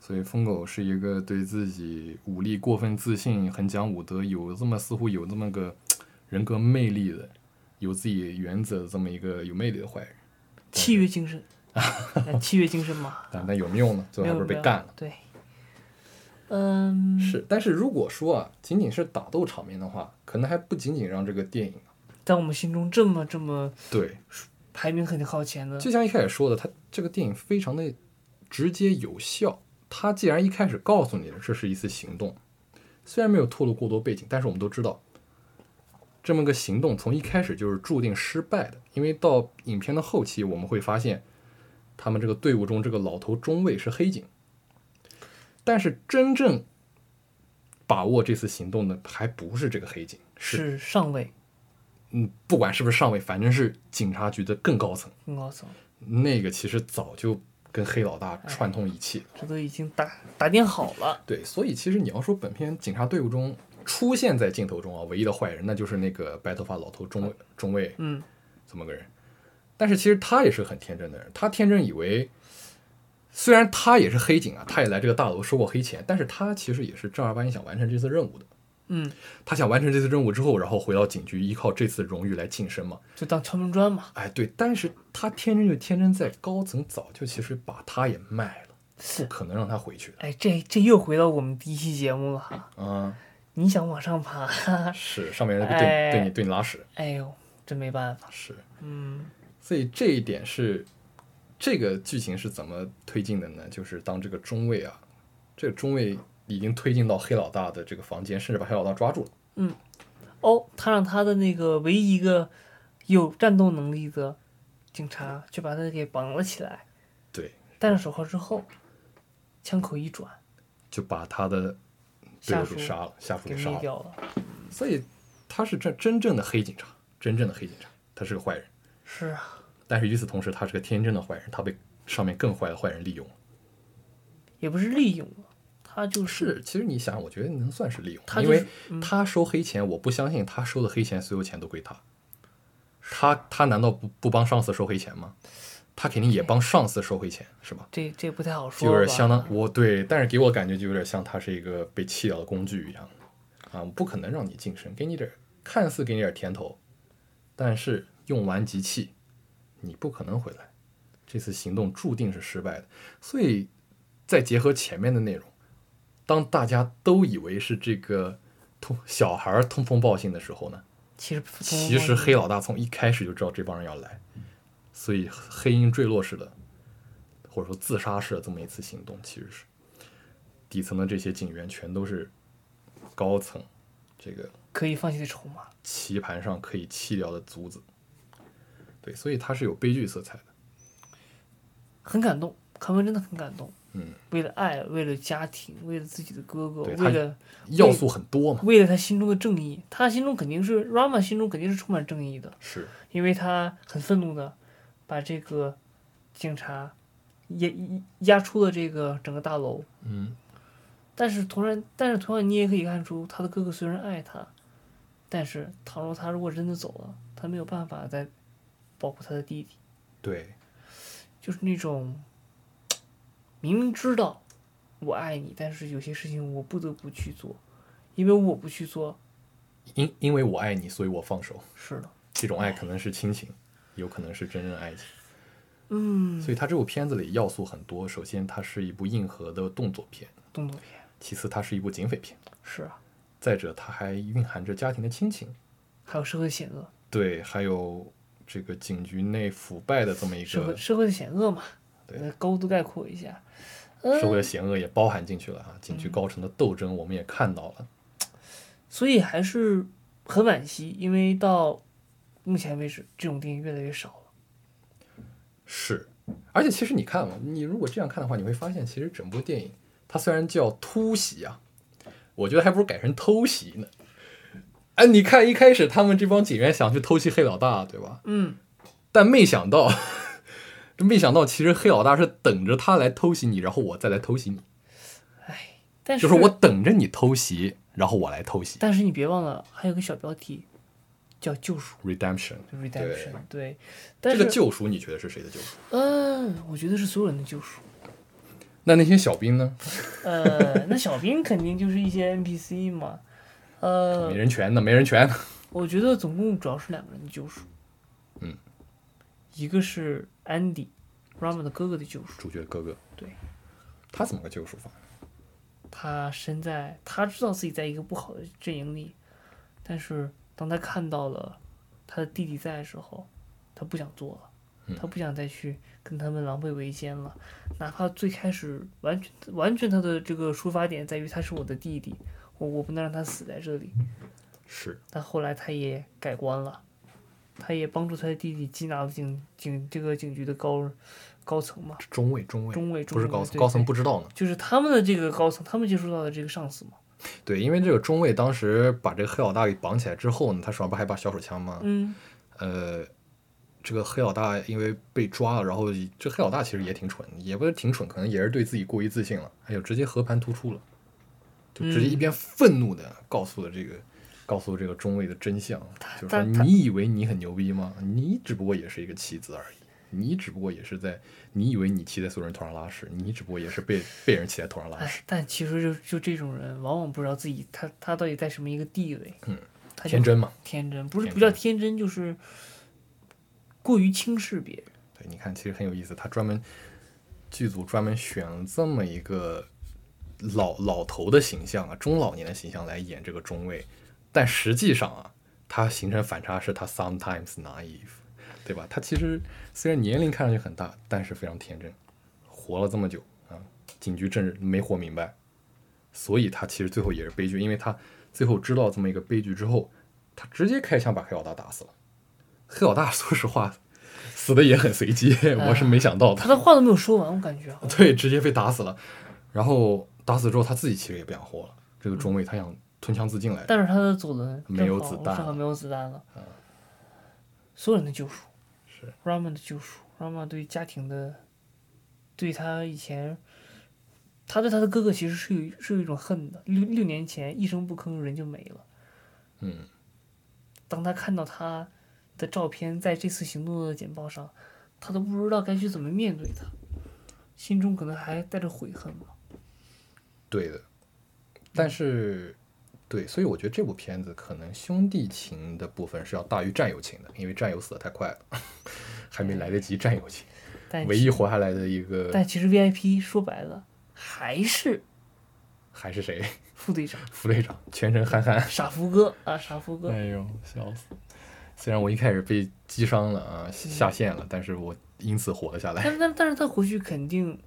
[SPEAKER 1] 所以疯狗是一个对自己武力过分自信、很讲武德、有这么似乎有这么个人格魅力的、有自己原则的这么一个有魅力的坏人，
[SPEAKER 2] 契约精 神，哎契约精神嘛，
[SPEAKER 1] 但但有没用呢？最
[SPEAKER 2] 没
[SPEAKER 1] 后还
[SPEAKER 2] 有
[SPEAKER 1] 不是被
[SPEAKER 2] 没有
[SPEAKER 1] 干了。
[SPEAKER 2] 对，嗯，
[SPEAKER 1] 是，但是如果说啊，仅仅是打斗场面的话，可能还不仅仅让这个电影
[SPEAKER 2] 在我们心中这么这么
[SPEAKER 1] 对
[SPEAKER 2] 排名很靠前的，
[SPEAKER 1] 就像一开始说的，它这个电影非常的直接有效。它既然一开始告诉你了这是一次行动，虽然没有透露过多背景，但是我们都知道，这么个行动从一开始就是注定失败的。因为到影片的后期，我们会发现，他们这个队伍中这个老头中尉是黑警，但是真正把握这次行动的还不是这个黑警，是
[SPEAKER 2] 是上尉，
[SPEAKER 1] 嗯，不管是不是上尉，反正是警察局的更高层。
[SPEAKER 2] 更高层，
[SPEAKER 1] 那个其实早就跟黑老
[SPEAKER 2] 哎
[SPEAKER 1] 大串通一气了。
[SPEAKER 2] 这都已经打打点好了。
[SPEAKER 1] 对，所以其实你要说本片警察队伍中出现在镜头中啊，唯一的坏人那就是那个白头发老头中尉中尉
[SPEAKER 2] 嗯，
[SPEAKER 1] 这么个人。但是其实他也是很天真的人，他天真以为，虽然他也是黑警啊，他也来这个大楼收过黑钱，但是他其实也是正儿八经想完成这次任务的。
[SPEAKER 2] 嗯，
[SPEAKER 1] 他想完成这次任务之后，然后回到警局，依靠这次荣誉来晋升嘛。
[SPEAKER 2] 就当敲门砖嘛。
[SPEAKER 1] 哎，对，但是他天真就天真在高层早就其实把他也卖了，不
[SPEAKER 2] 是，
[SPEAKER 1] 可能让他回去的。
[SPEAKER 2] 哎，这这又回到我们第一期节目了哈。
[SPEAKER 1] 嗯，
[SPEAKER 2] 你想往上爬，哈哈
[SPEAKER 1] 是上面人对你、对
[SPEAKER 2] 哎
[SPEAKER 1] 你对你拉屎，
[SPEAKER 2] 哎呦，真没办法。
[SPEAKER 1] 是，
[SPEAKER 2] 嗯，
[SPEAKER 1] 所以这一点是这个剧情是怎么推进的呢？就是当这个中尉啊，这个中尉已经推进到黑老大的这个房间，甚至把黑老大抓住了。
[SPEAKER 2] 哦，他让他的那个唯一一个有战斗能力的警察，就把他给绑了起来，
[SPEAKER 1] 对，
[SPEAKER 2] 戴上手铐之后，枪口一转，
[SPEAKER 1] 就把他的队
[SPEAKER 2] 下
[SPEAKER 1] 友
[SPEAKER 2] 属
[SPEAKER 1] 给杀了，下属
[SPEAKER 2] 给
[SPEAKER 1] 给杀
[SPEAKER 2] 灭
[SPEAKER 1] 了。
[SPEAKER 2] 掉了。
[SPEAKER 1] 所以他是真真正的黑警察，真正的黑警察，他是个坏人。
[SPEAKER 2] 是啊，
[SPEAKER 1] 但是与此同时，他是个天真的坏人，他被上面更坏的坏人利用了。
[SPEAKER 2] 也不是利用了，他就是
[SPEAKER 1] 是，其实你想，我觉得能算是利用，
[SPEAKER 2] 他
[SPEAKER 1] 因
[SPEAKER 2] 就是嗯
[SPEAKER 1] 为他收黑钱，我不相信他收的黑钱所有钱都归他。他他难道不不帮上司收黑钱吗？他肯定也帮上司收黑钱，是吧？
[SPEAKER 2] 这这不太好
[SPEAKER 1] 就
[SPEAKER 2] 说
[SPEAKER 1] 有
[SPEAKER 2] 吧。
[SPEAKER 1] 点相当我对，但是给我感觉就有点像他是一个被弃掉的工具一样啊！我不可能让你晋升，给你点儿看似给你点儿甜头，但是用完即弃，你不可能回来。这次行动注定是失败的，所以再结合前面的内容，当大家都以为是这个通小孩儿通风报信的时候呢，
[SPEAKER 2] 其实
[SPEAKER 1] 其实黑老大从一开始就知道这帮人要来，所以黑鹰坠落式的，或者说自杀式的这么一次行动，其实是底层的这些警员全都是高层这个
[SPEAKER 2] 可以放弃的筹码。
[SPEAKER 1] 棋盘上可以弃掉的卒子，对，所以它是有悲剧色彩的。
[SPEAKER 2] 很感动，看完真的很感动。
[SPEAKER 1] 嗯，
[SPEAKER 2] 为了爱，为了家庭，为了自己的哥哥，
[SPEAKER 1] 对
[SPEAKER 2] 为了
[SPEAKER 1] 要素很多嘛，
[SPEAKER 2] 为了他心中的正义，他心中肯定是 Rama 心中肯定是充满正义的，
[SPEAKER 1] 是
[SPEAKER 2] 因为他很愤怒的把这个警察压压出了这个整个大楼。
[SPEAKER 1] 嗯，
[SPEAKER 2] 但是同然，但是同样你也可以看出，他的哥哥虽然爱他，但是倘若他如果真的走了，他没有办法再保护他的弟弟。
[SPEAKER 1] 对，
[SPEAKER 2] 就是那种明明知道我爱你，但是有些事情我不得不去做，因为我不去做，
[SPEAKER 1] 因因为我爱你，所以我放手。
[SPEAKER 2] 是的，
[SPEAKER 1] 这种爱可能是亲情，有可能是真正爱情。
[SPEAKER 2] 嗯，
[SPEAKER 1] 所以它这部片子里要素很多。首先，它是一部硬核的动作片；
[SPEAKER 2] 动作片
[SPEAKER 1] 其次，它是一部警匪片；
[SPEAKER 2] 是啊，
[SPEAKER 1] 再者，它还蕴含着家庭的亲情，
[SPEAKER 2] 还有社会的险恶，
[SPEAKER 1] 对，还有这个警局内腐败的这么一
[SPEAKER 2] 社会
[SPEAKER 1] 个
[SPEAKER 2] 社会的险恶嘛，
[SPEAKER 1] 对
[SPEAKER 2] 呃，高度概括一下，
[SPEAKER 1] 社会
[SPEAKER 2] 嗯，
[SPEAKER 1] 的险恶也包含进去了啊。警局高层的斗争我们也看到了，
[SPEAKER 2] 所以还是很惋惜，因为到目前为止，这种电影越来越少了，嗯
[SPEAKER 1] 是。而且其实你看嘛，你如果这样看的话，你会发现其实整部电影它虽然叫突袭啊，我觉得还不如改成偷袭呢。哎，你看一开始他们这帮警员想去偷袭黑老大，对吧？
[SPEAKER 2] 嗯，
[SPEAKER 1] 但没想到，这没想到，其实黑老大是等着他来偷袭你，然后我再来偷袭你，
[SPEAKER 2] 哎，但是
[SPEAKER 1] 就是我，等着你偷袭，然后我来偷袭。
[SPEAKER 2] 但是你别忘了，还有个小标题叫救赎
[SPEAKER 1] Redemption，
[SPEAKER 2] （Redemption），对，但
[SPEAKER 1] 这
[SPEAKER 2] 是
[SPEAKER 1] 个救赎你觉得是谁的救赎？
[SPEAKER 2] 嗯，我觉得是所有人的救赎。
[SPEAKER 1] 那那些小兵呢？
[SPEAKER 2] 呃，那小兵肯定就是一些 NPC 嘛。呃
[SPEAKER 1] 没，人权呢？没人权呢？
[SPEAKER 2] 我觉得总共主要是两个人的救赎。
[SPEAKER 1] 嗯，
[SPEAKER 2] 一个是 Andy Rama 的哥哥的救赎，
[SPEAKER 1] 主角哥哥，
[SPEAKER 2] 对
[SPEAKER 1] 他怎么个救赎法？
[SPEAKER 2] 他身在，他知道自己在一个不好的阵营里，但是当他看到了他的弟弟在的时候，他不想做了
[SPEAKER 1] 嗯，
[SPEAKER 2] 他不想再去跟他们狼狈为奸了。哪怕最开始完全完全他的这个出发点在于他是我的弟弟，我我不能让他死在这里，
[SPEAKER 1] 是
[SPEAKER 2] 但后来他也改观了，他也帮助他的弟弟缉拿了警警这个警局的高高层嘛，
[SPEAKER 1] 中尉，中尉，
[SPEAKER 2] 中尉，
[SPEAKER 1] 不是
[SPEAKER 2] 中尉
[SPEAKER 1] 高层，
[SPEAKER 2] 对
[SPEAKER 1] 高层
[SPEAKER 2] 对
[SPEAKER 1] 不知道呢。
[SPEAKER 2] 就是他们的这个高层，他们接触到的这个上司嘛，
[SPEAKER 1] 对，因为这个中尉当时把这个黑老大给绑起来之后呢，他手上不还把小手枪吗？
[SPEAKER 2] 嗯，
[SPEAKER 1] 呃，这个黑老大因为被抓了，然后这黑老大其实也挺蠢，也不是挺蠢，可能也是对自己过于自信了，还有直接和盘突出了，就直接一
[SPEAKER 2] 嗯
[SPEAKER 1] 边愤怒的告诉了这个。告诉这个中尉的真相，就是说，
[SPEAKER 2] 他他
[SPEAKER 1] 你以为你很牛逼吗？你只不过也是一个棋子而已，你只不过也是在，你以为你骑在所有人头上拉屎，你只不过也是被被人骑在头上拉屎。
[SPEAKER 2] 哎，但其实就就这种人，往往不知道自己他他到底在什么一个地位，
[SPEAKER 1] 嗯，
[SPEAKER 2] 他就
[SPEAKER 1] 天真嘛，
[SPEAKER 2] 天真，不是
[SPEAKER 1] 天
[SPEAKER 2] 不叫
[SPEAKER 1] 真
[SPEAKER 2] 天真，就是过于轻视别人。
[SPEAKER 1] 对，你看，其实很有意思，他专门剧组专门选了这么一个老老头的形象啊，中老年的形象来演这个中尉，但实际上啊，他形成反差是他 sometimes naive，对吧？他其实虽然年龄看上去很大，但是非常天真，活了这么久啊，警局政治没活明白，所以他其实最后也是悲剧，因为他最后知道这么一个悲剧之后，他直接开枪把黑老大打死了。黑老大说实话，死的也很随机，我是没想到的
[SPEAKER 2] 他。的话都没有说完，我感 觉啊，
[SPEAKER 1] 对，直接被打死了。然后打死之后，他自己其实也不想活了。这个中尉他想吞枪自尽来着，
[SPEAKER 2] 但是他的左轮
[SPEAKER 1] 没有
[SPEAKER 2] 正好
[SPEAKER 1] 子弹
[SPEAKER 2] 正好
[SPEAKER 1] 了
[SPEAKER 2] 没有子弹了。所有人的救赎
[SPEAKER 1] 是
[SPEAKER 2] Rama 的救赎，Rama 对家庭的，对他以前，他对他的哥哥其实是有是有一种恨的。六六年前一声不吭人就没了。
[SPEAKER 1] 嗯，
[SPEAKER 2] 当他看到他的照片在这次行动的简报上，他都不知道该去怎么面对他，心中可能还带着悔恨吧。
[SPEAKER 1] 对的。但是，对，所以我觉得这部片子可能兄弟情的部分是要大于战友情的，因为战友死的太快了， 还没来得及战友情，
[SPEAKER 2] 但
[SPEAKER 1] 唯一活下来的一个
[SPEAKER 2] 但其实 VIP 说白了还是
[SPEAKER 1] 还是谁？
[SPEAKER 2] 副队长
[SPEAKER 1] 副队长，全程憨憨。
[SPEAKER 2] 傻福哥啊，傻福哥。
[SPEAKER 1] 哎呦，笑死！虽然我一开始被击伤了啊，下线了，但是我因此活了下来。
[SPEAKER 2] 嗯但但但是他回去肯定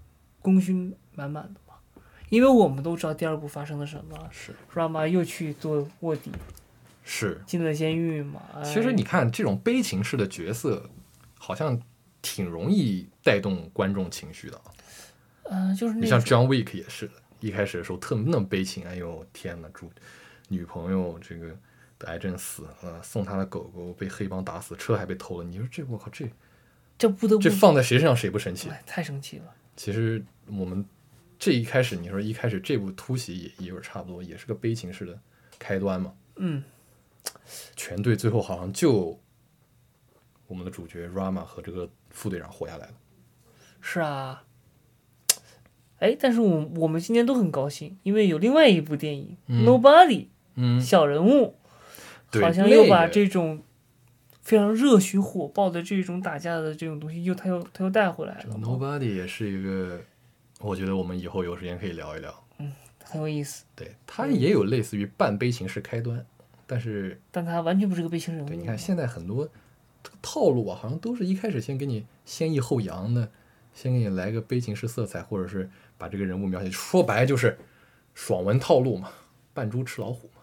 [SPEAKER 2] 功勋满满的嘛，因为我们都知道第二部发生了什么
[SPEAKER 1] 是
[SPEAKER 2] ，Rama 又去做卧底，
[SPEAKER 1] 是，
[SPEAKER 2] 进了监狱嘛。哎
[SPEAKER 1] 其实你看这种悲情式的角色，好像挺容易带动观众情绪的啊。
[SPEAKER 2] 呃，就是那
[SPEAKER 1] 你像
[SPEAKER 2] 种
[SPEAKER 1] John Wick 也是，一开始的时候特那么悲情，哎呦天呐，主女朋友这个得癌症死了，送他的狗狗被黑帮打死，车还被偷了。你说这我靠，这
[SPEAKER 2] 这不得不
[SPEAKER 1] 这放在谁身上谁不啊生气？
[SPEAKER 2] 哎太生气了。
[SPEAKER 1] 其实我们这一开始，你说一开始这部突袭也也有点差不多，也是个悲情式的开端嘛。
[SPEAKER 2] 嗯，
[SPEAKER 1] 全队最后好像就我们的主角 Rama 和这个副队长活下来了。
[SPEAKER 2] 是啊。哎，但是我我们今天都很高兴，因为有另外一部电影《
[SPEAKER 1] 嗯
[SPEAKER 2] Nobody》
[SPEAKER 1] 嗯，
[SPEAKER 2] 小人物，
[SPEAKER 1] 对
[SPEAKER 2] 好像又把
[SPEAKER 1] 那个
[SPEAKER 2] 这种非常热血火爆的这种打架的这种东西又他又他又带回来了嘛，
[SPEAKER 1] Nobody 也是一个，我觉得我们以后有时间可以聊一聊。
[SPEAKER 2] 很有意思。
[SPEAKER 1] 对，它
[SPEAKER 2] 嗯
[SPEAKER 1] 也有类似于半悲情式开端，但是
[SPEAKER 2] 但他完全不是个悲情人物。
[SPEAKER 1] 对，你看现在很多这个套路啊，好像都是一开始先给你先抑后扬的，先给你来个悲情式色彩，或者是把这个人物描写，说白就是爽文套路嘛，扮猪吃老虎嘛。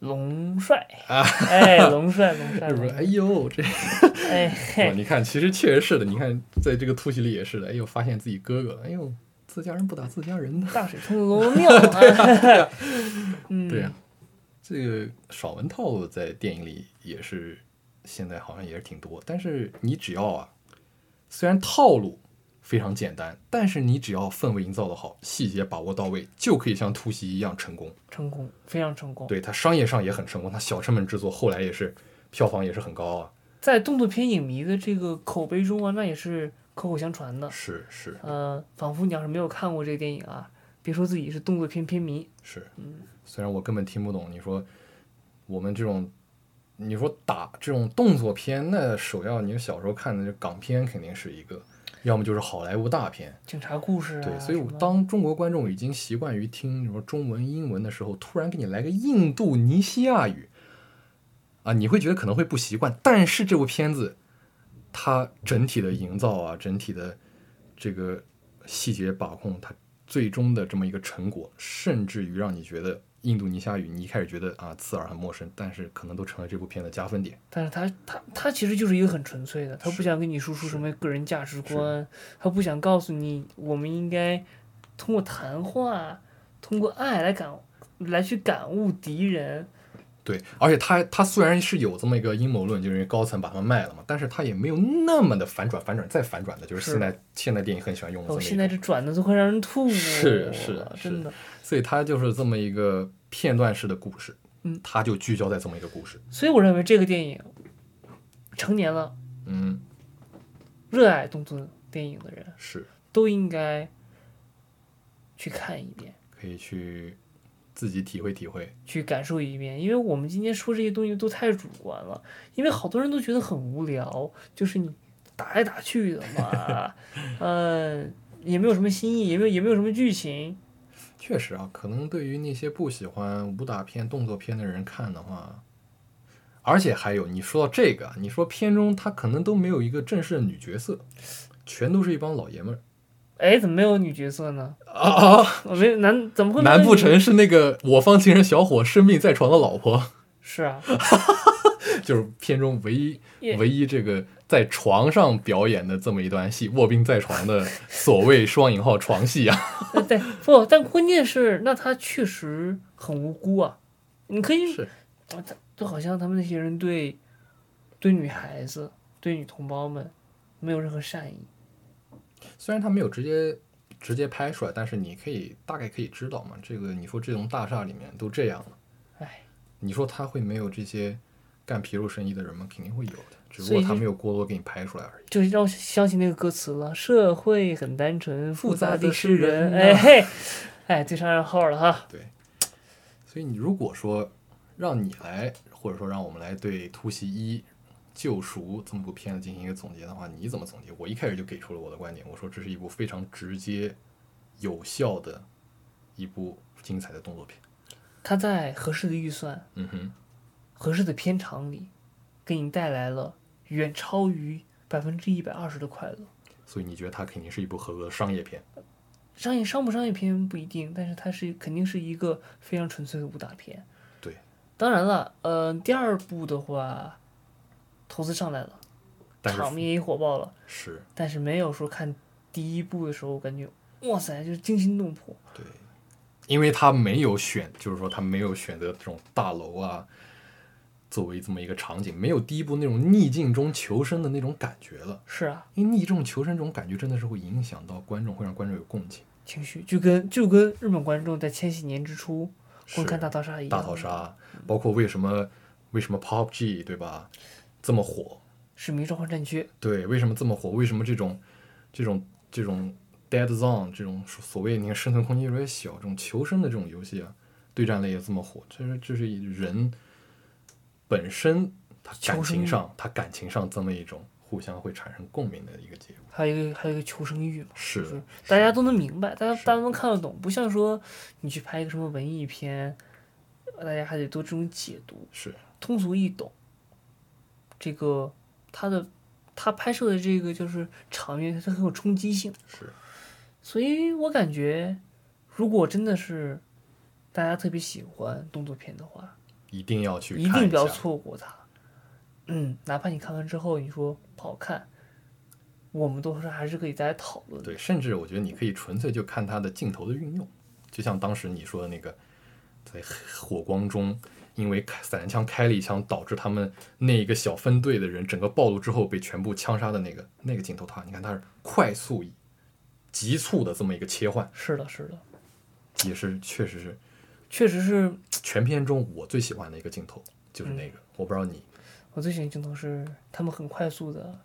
[SPEAKER 2] 龙帅，哎，龙帅，龙帅，
[SPEAKER 1] 啊 是不
[SPEAKER 2] 龙
[SPEAKER 1] 是？
[SPEAKER 2] 帅
[SPEAKER 1] 哎呦，这
[SPEAKER 2] 哎
[SPEAKER 1] 啊，
[SPEAKER 2] 嘿，
[SPEAKER 1] 你看，其实确实是的。你看，在这个突袭里也是的。哎呦，发现自己哥哥了，哎呦，自家人不打自家人呢。
[SPEAKER 2] 大水冲了龙门庙啊！嗯，
[SPEAKER 1] 对呀、啊这个爽文套路在电影里也是，现在好像也是挺多。但是你只要啊，虽然套路非常简单，但是你只要氛围营造的好，细节把握到位，就可以像突袭一样成功。
[SPEAKER 2] 成功，非常成功。
[SPEAKER 1] 对它商业上也很成功，它小成本制作后来也是票房也是很高啊。
[SPEAKER 2] 在动作片影迷的这个口碑中啊，那也是口口相传的。
[SPEAKER 1] 是是
[SPEAKER 2] 呃，仿佛你要是没有看过这个电影啊，别说自己是动作片片迷，
[SPEAKER 1] 是，虽然我根本听不懂你说我们这种，你说打这种动作片，那首要你小时候看的就港片肯定是一个，要么就是好莱坞大片。
[SPEAKER 2] 警察故事啊，
[SPEAKER 1] 对，所以我
[SPEAKER 2] 什么
[SPEAKER 1] 当中国观众已经习惯于听什么中文、英文的时候，突然给你来个印度尼西亚语，啊，你会觉得可能会不习惯。但是这部片子，它整体的营造啊，整体的这个细节把控，它最终的这么一个成果，甚至于让你觉得印度尼西亚语，你一开始觉得啊刺耳很陌生，但是可能都成了这部片的加分点。
[SPEAKER 2] 但是他他他其实就是一个很纯粹的，他不想跟你输出什么个人价值观，他不想告诉你我们应该通过谈话，通过爱来感来去感悟敌人。
[SPEAKER 1] 对，而且他他虽然是有这么一个阴谋论，就是因为高层把他们卖了嘛，但是他也没有那么的反转、反转再反转的，就是
[SPEAKER 2] 是
[SPEAKER 1] 现在现在电影很喜欢用的这
[SPEAKER 2] 哦，
[SPEAKER 1] 么一
[SPEAKER 2] 现
[SPEAKER 1] 个
[SPEAKER 2] 在这转的都快让人吐了，
[SPEAKER 1] 是是
[SPEAKER 2] 真的。
[SPEAKER 1] 所以它就是这么一个片段式的故事，
[SPEAKER 2] 嗯，
[SPEAKER 1] 它就聚焦在这么一个故事，
[SPEAKER 2] 所以我认为这个电影，成年了
[SPEAKER 1] 嗯，
[SPEAKER 2] 热爱动作电影的人
[SPEAKER 1] 是
[SPEAKER 2] 都应该去看一遍，
[SPEAKER 1] 可以去自己体会体会，
[SPEAKER 2] 去感受一遍，因为我们今天说这些东西都太主观了，因为好多人都觉得很无聊，就是你打来打去的嘛， 嗯，也没有什么新意，也没有也没有什么剧情，
[SPEAKER 1] 确实啊，可能对于那些不喜欢武打片、动作片的人看的话，而且还有你说到这个，啊你说片中他可能都没有一个正式的女角色，全都是一帮老爷们儿
[SPEAKER 2] 哎，怎么没有女角色呢？
[SPEAKER 1] 啊啊！
[SPEAKER 2] 我没难怎么会没有
[SPEAKER 1] 难不
[SPEAKER 2] 女
[SPEAKER 1] 成是那个我方情人小伙生病在床的老婆？
[SPEAKER 2] 是啊？
[SPEAKER 1] 就是片中唯一
[SPEAKER 2] 也
[SPEAKER 1] 唯一这个在床上表演的这么一段戏，卧病在床的所谓双引号床戏 啊。
[SPEAKER 2] 呃对，不，但关键是，那他确实很无辜啊。你可以，
[SPEAKER 1] 是
[SPEAKER 2] 啊他就好像他们那些人对，对女孩子、对女同胞们，没有任何善意。
[SPEAKER 1] 虽然他没有直接直接拍出来，但是你可以大概可以知道嘛，这个你说这栋大厦里面都这样了，
[SPEAKER 2] 唉，
[SPEAKER 1] 你说他会没有这些干皮肉生意的人吗？肯定会有的，只不
[SPEAKER 2] 所以
[SPEAKER 1] 过
[SPEAKER 2] 就
[SPEAKER 1] 他没有过多给你拍出来而已。
[SPEAKER 2] 就让我想起那个歌词了：“社会很单纯，复
[SPEAKER 1] 复杂
[SPEAKER 2] 杂
[SPEAKER 1] 的是
[SPEAKER 2] 是人。”
[SPEAKER 1] 人
[SPEAKER 2] 哎
[SPEAKER 1] 呐
[SPEAKER 2] 嘿，哎，对上暗号了哈。
[SPEAKER 1] 对，所以你如果说让你来，或者说让我们来对《突袭一救赎》这么部片子进行一个总结的话，你怎么总结？我一开始就给出了我的观点，我说这是一部非常直接、有效的一部精彩的动作片。
[SPEAKER 2] 他在合适的预算、
[SPEAKER 1] 嗯哼，
[SPEAKER 2] 合适的片长里，给你带来了远超于百分之一百二十的快乐。
[SPEAKER 1] 所以你觉得它肯定是一部合格的商业片？
[SPEAKER 2] 商业商不商业片不一定，但是它是肯定是一个非常纯粹的武打片。
[SPEAKER 1] 对，
[SPEAKER 2] 当然了，呃，第二部的话，投资上来了，
[SPEAKER 1] 但是
[SPEAKER 2] 场面也火爆了，
[SPEAKER 1] 是
[SPEAKER 2] 但是没有说看第一部的时候，我感觉哇塞，就是惊心动魄。
[SPEAKER 1] 对，因为它没有选，就是说它没有选择这种大楼啊。作为这么一个场景，没有第一部那种逆境中求生的那种感觉了。
[SPEAKER 2] 是啊，
[SPEAKER 1] 因为逆众求生这种感觉真的是会影响到观众，会让观众有共情。
[SPEAKER 2] 情绪就跟就跟日本观众在千禧年之初观看
[SPEAKER 1] 是
[SPEAKER 2] 大逃杀一样，
[SPEAKER 1] 大逃杀，
[SPEAKER 2] 嗯
[SPEAKER 1] 包括为什么为什么 PUBG 对吧这么火？
[SPEAKER 2] 使命召唤战区，
[SPEAKER 1] 对，为什么这么火？为什么这种这种这种 Dead Zone 这种所所谓你看生存空间越来越小，这种求生的这种游戏啊，对战类也这么火？这是这是人本身他感
[SPEAKER 2] 求生
[SPEAKER 1] 情
[SPEAKER 2] 欲
[SPEAKER 1] 上他感情上这么一种互相会产生共鸣的一个结果。
[SPEAKER 2] 还有一个还有一个求生欲嘛。
[SPEAKER 1] 是的
[SPEAKER 2] 是大家都能明白，大家大家都能看得懂，不像说你去拍一个什么文艺片，大家还得多这种解读，
[SPEAKER 1] 是
[SPEAKER 2] 通俗易懂。这个他的他拍摄的这个就是场面，它很有冲击性，
[SPEAKER 1] 是，
[SPEAKER 2] 所以我感觉，如果真的是大家特别喜欢动作片的话，
[SPEAKER 1] 一定要去
[SPEAKER 2] 一
[SPEAKER 1] 看
[SPEAKER 2] 定不要
[SPEAKER 1] 下
[SPEAKER 2] 错过它。嗯，哪怕你看完之后你说不好看，我们都是还是可以再来讨论的。
[SPEAKER 1] 对，甚至我觉得你可以纯粹就看它的镜头的运用，就像当时你说的那个，在火光中，因为开散弹枪开了一枪，导致他们那一个小分队的人整个暴露之后被全部枪杀的那个那个镜头它，你看它是快速以急促的这么一个切换，
[SPEAKER 2] 是的，是的，
[SPEAKER 1] 也是确实是
[SPEAKER 2] 确实是
[SPEAKER 1] 全片中我最喜欢的一个镜头，就是那个，我不知道你
[SPEAKER 2] 我最喜欢的镜头是他们很快速的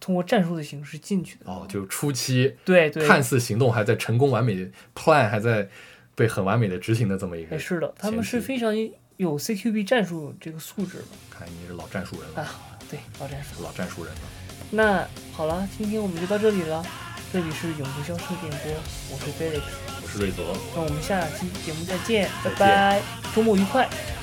[SPEAKER 2] 通过战术的形式进去的。
[SPEAKER 1] 哦，就是初期
[SPEAKER 2] 对对，
[SPEAKER 1] 看似行动还在成功完美，plan 还在被很完美的执行的这么一个
[SPEAKER 2] 哎，，是的，他们是
[SPEAKER 1] 前期
[SPEAKER 2] 非常有 CQB 战术这个素质的
[SPEAKER 1] 看来你是老战术人了。
[SPEAKER 2] 啊。对，老战术。
[SPEAKER 1] 老战术人了。
[SPEAKER 2] 那好了，今天我们就到这里了。这里是永不消失电波，我是 Felix，
[SPEAKER 1] 我是瑞泽。
[SPEAKER 2] 那我们下期节目再见，
[SPEAKER 1] 再见
[SPEAKER 2] 拜拜，周末愉快。
[SPEAKER 1] 拜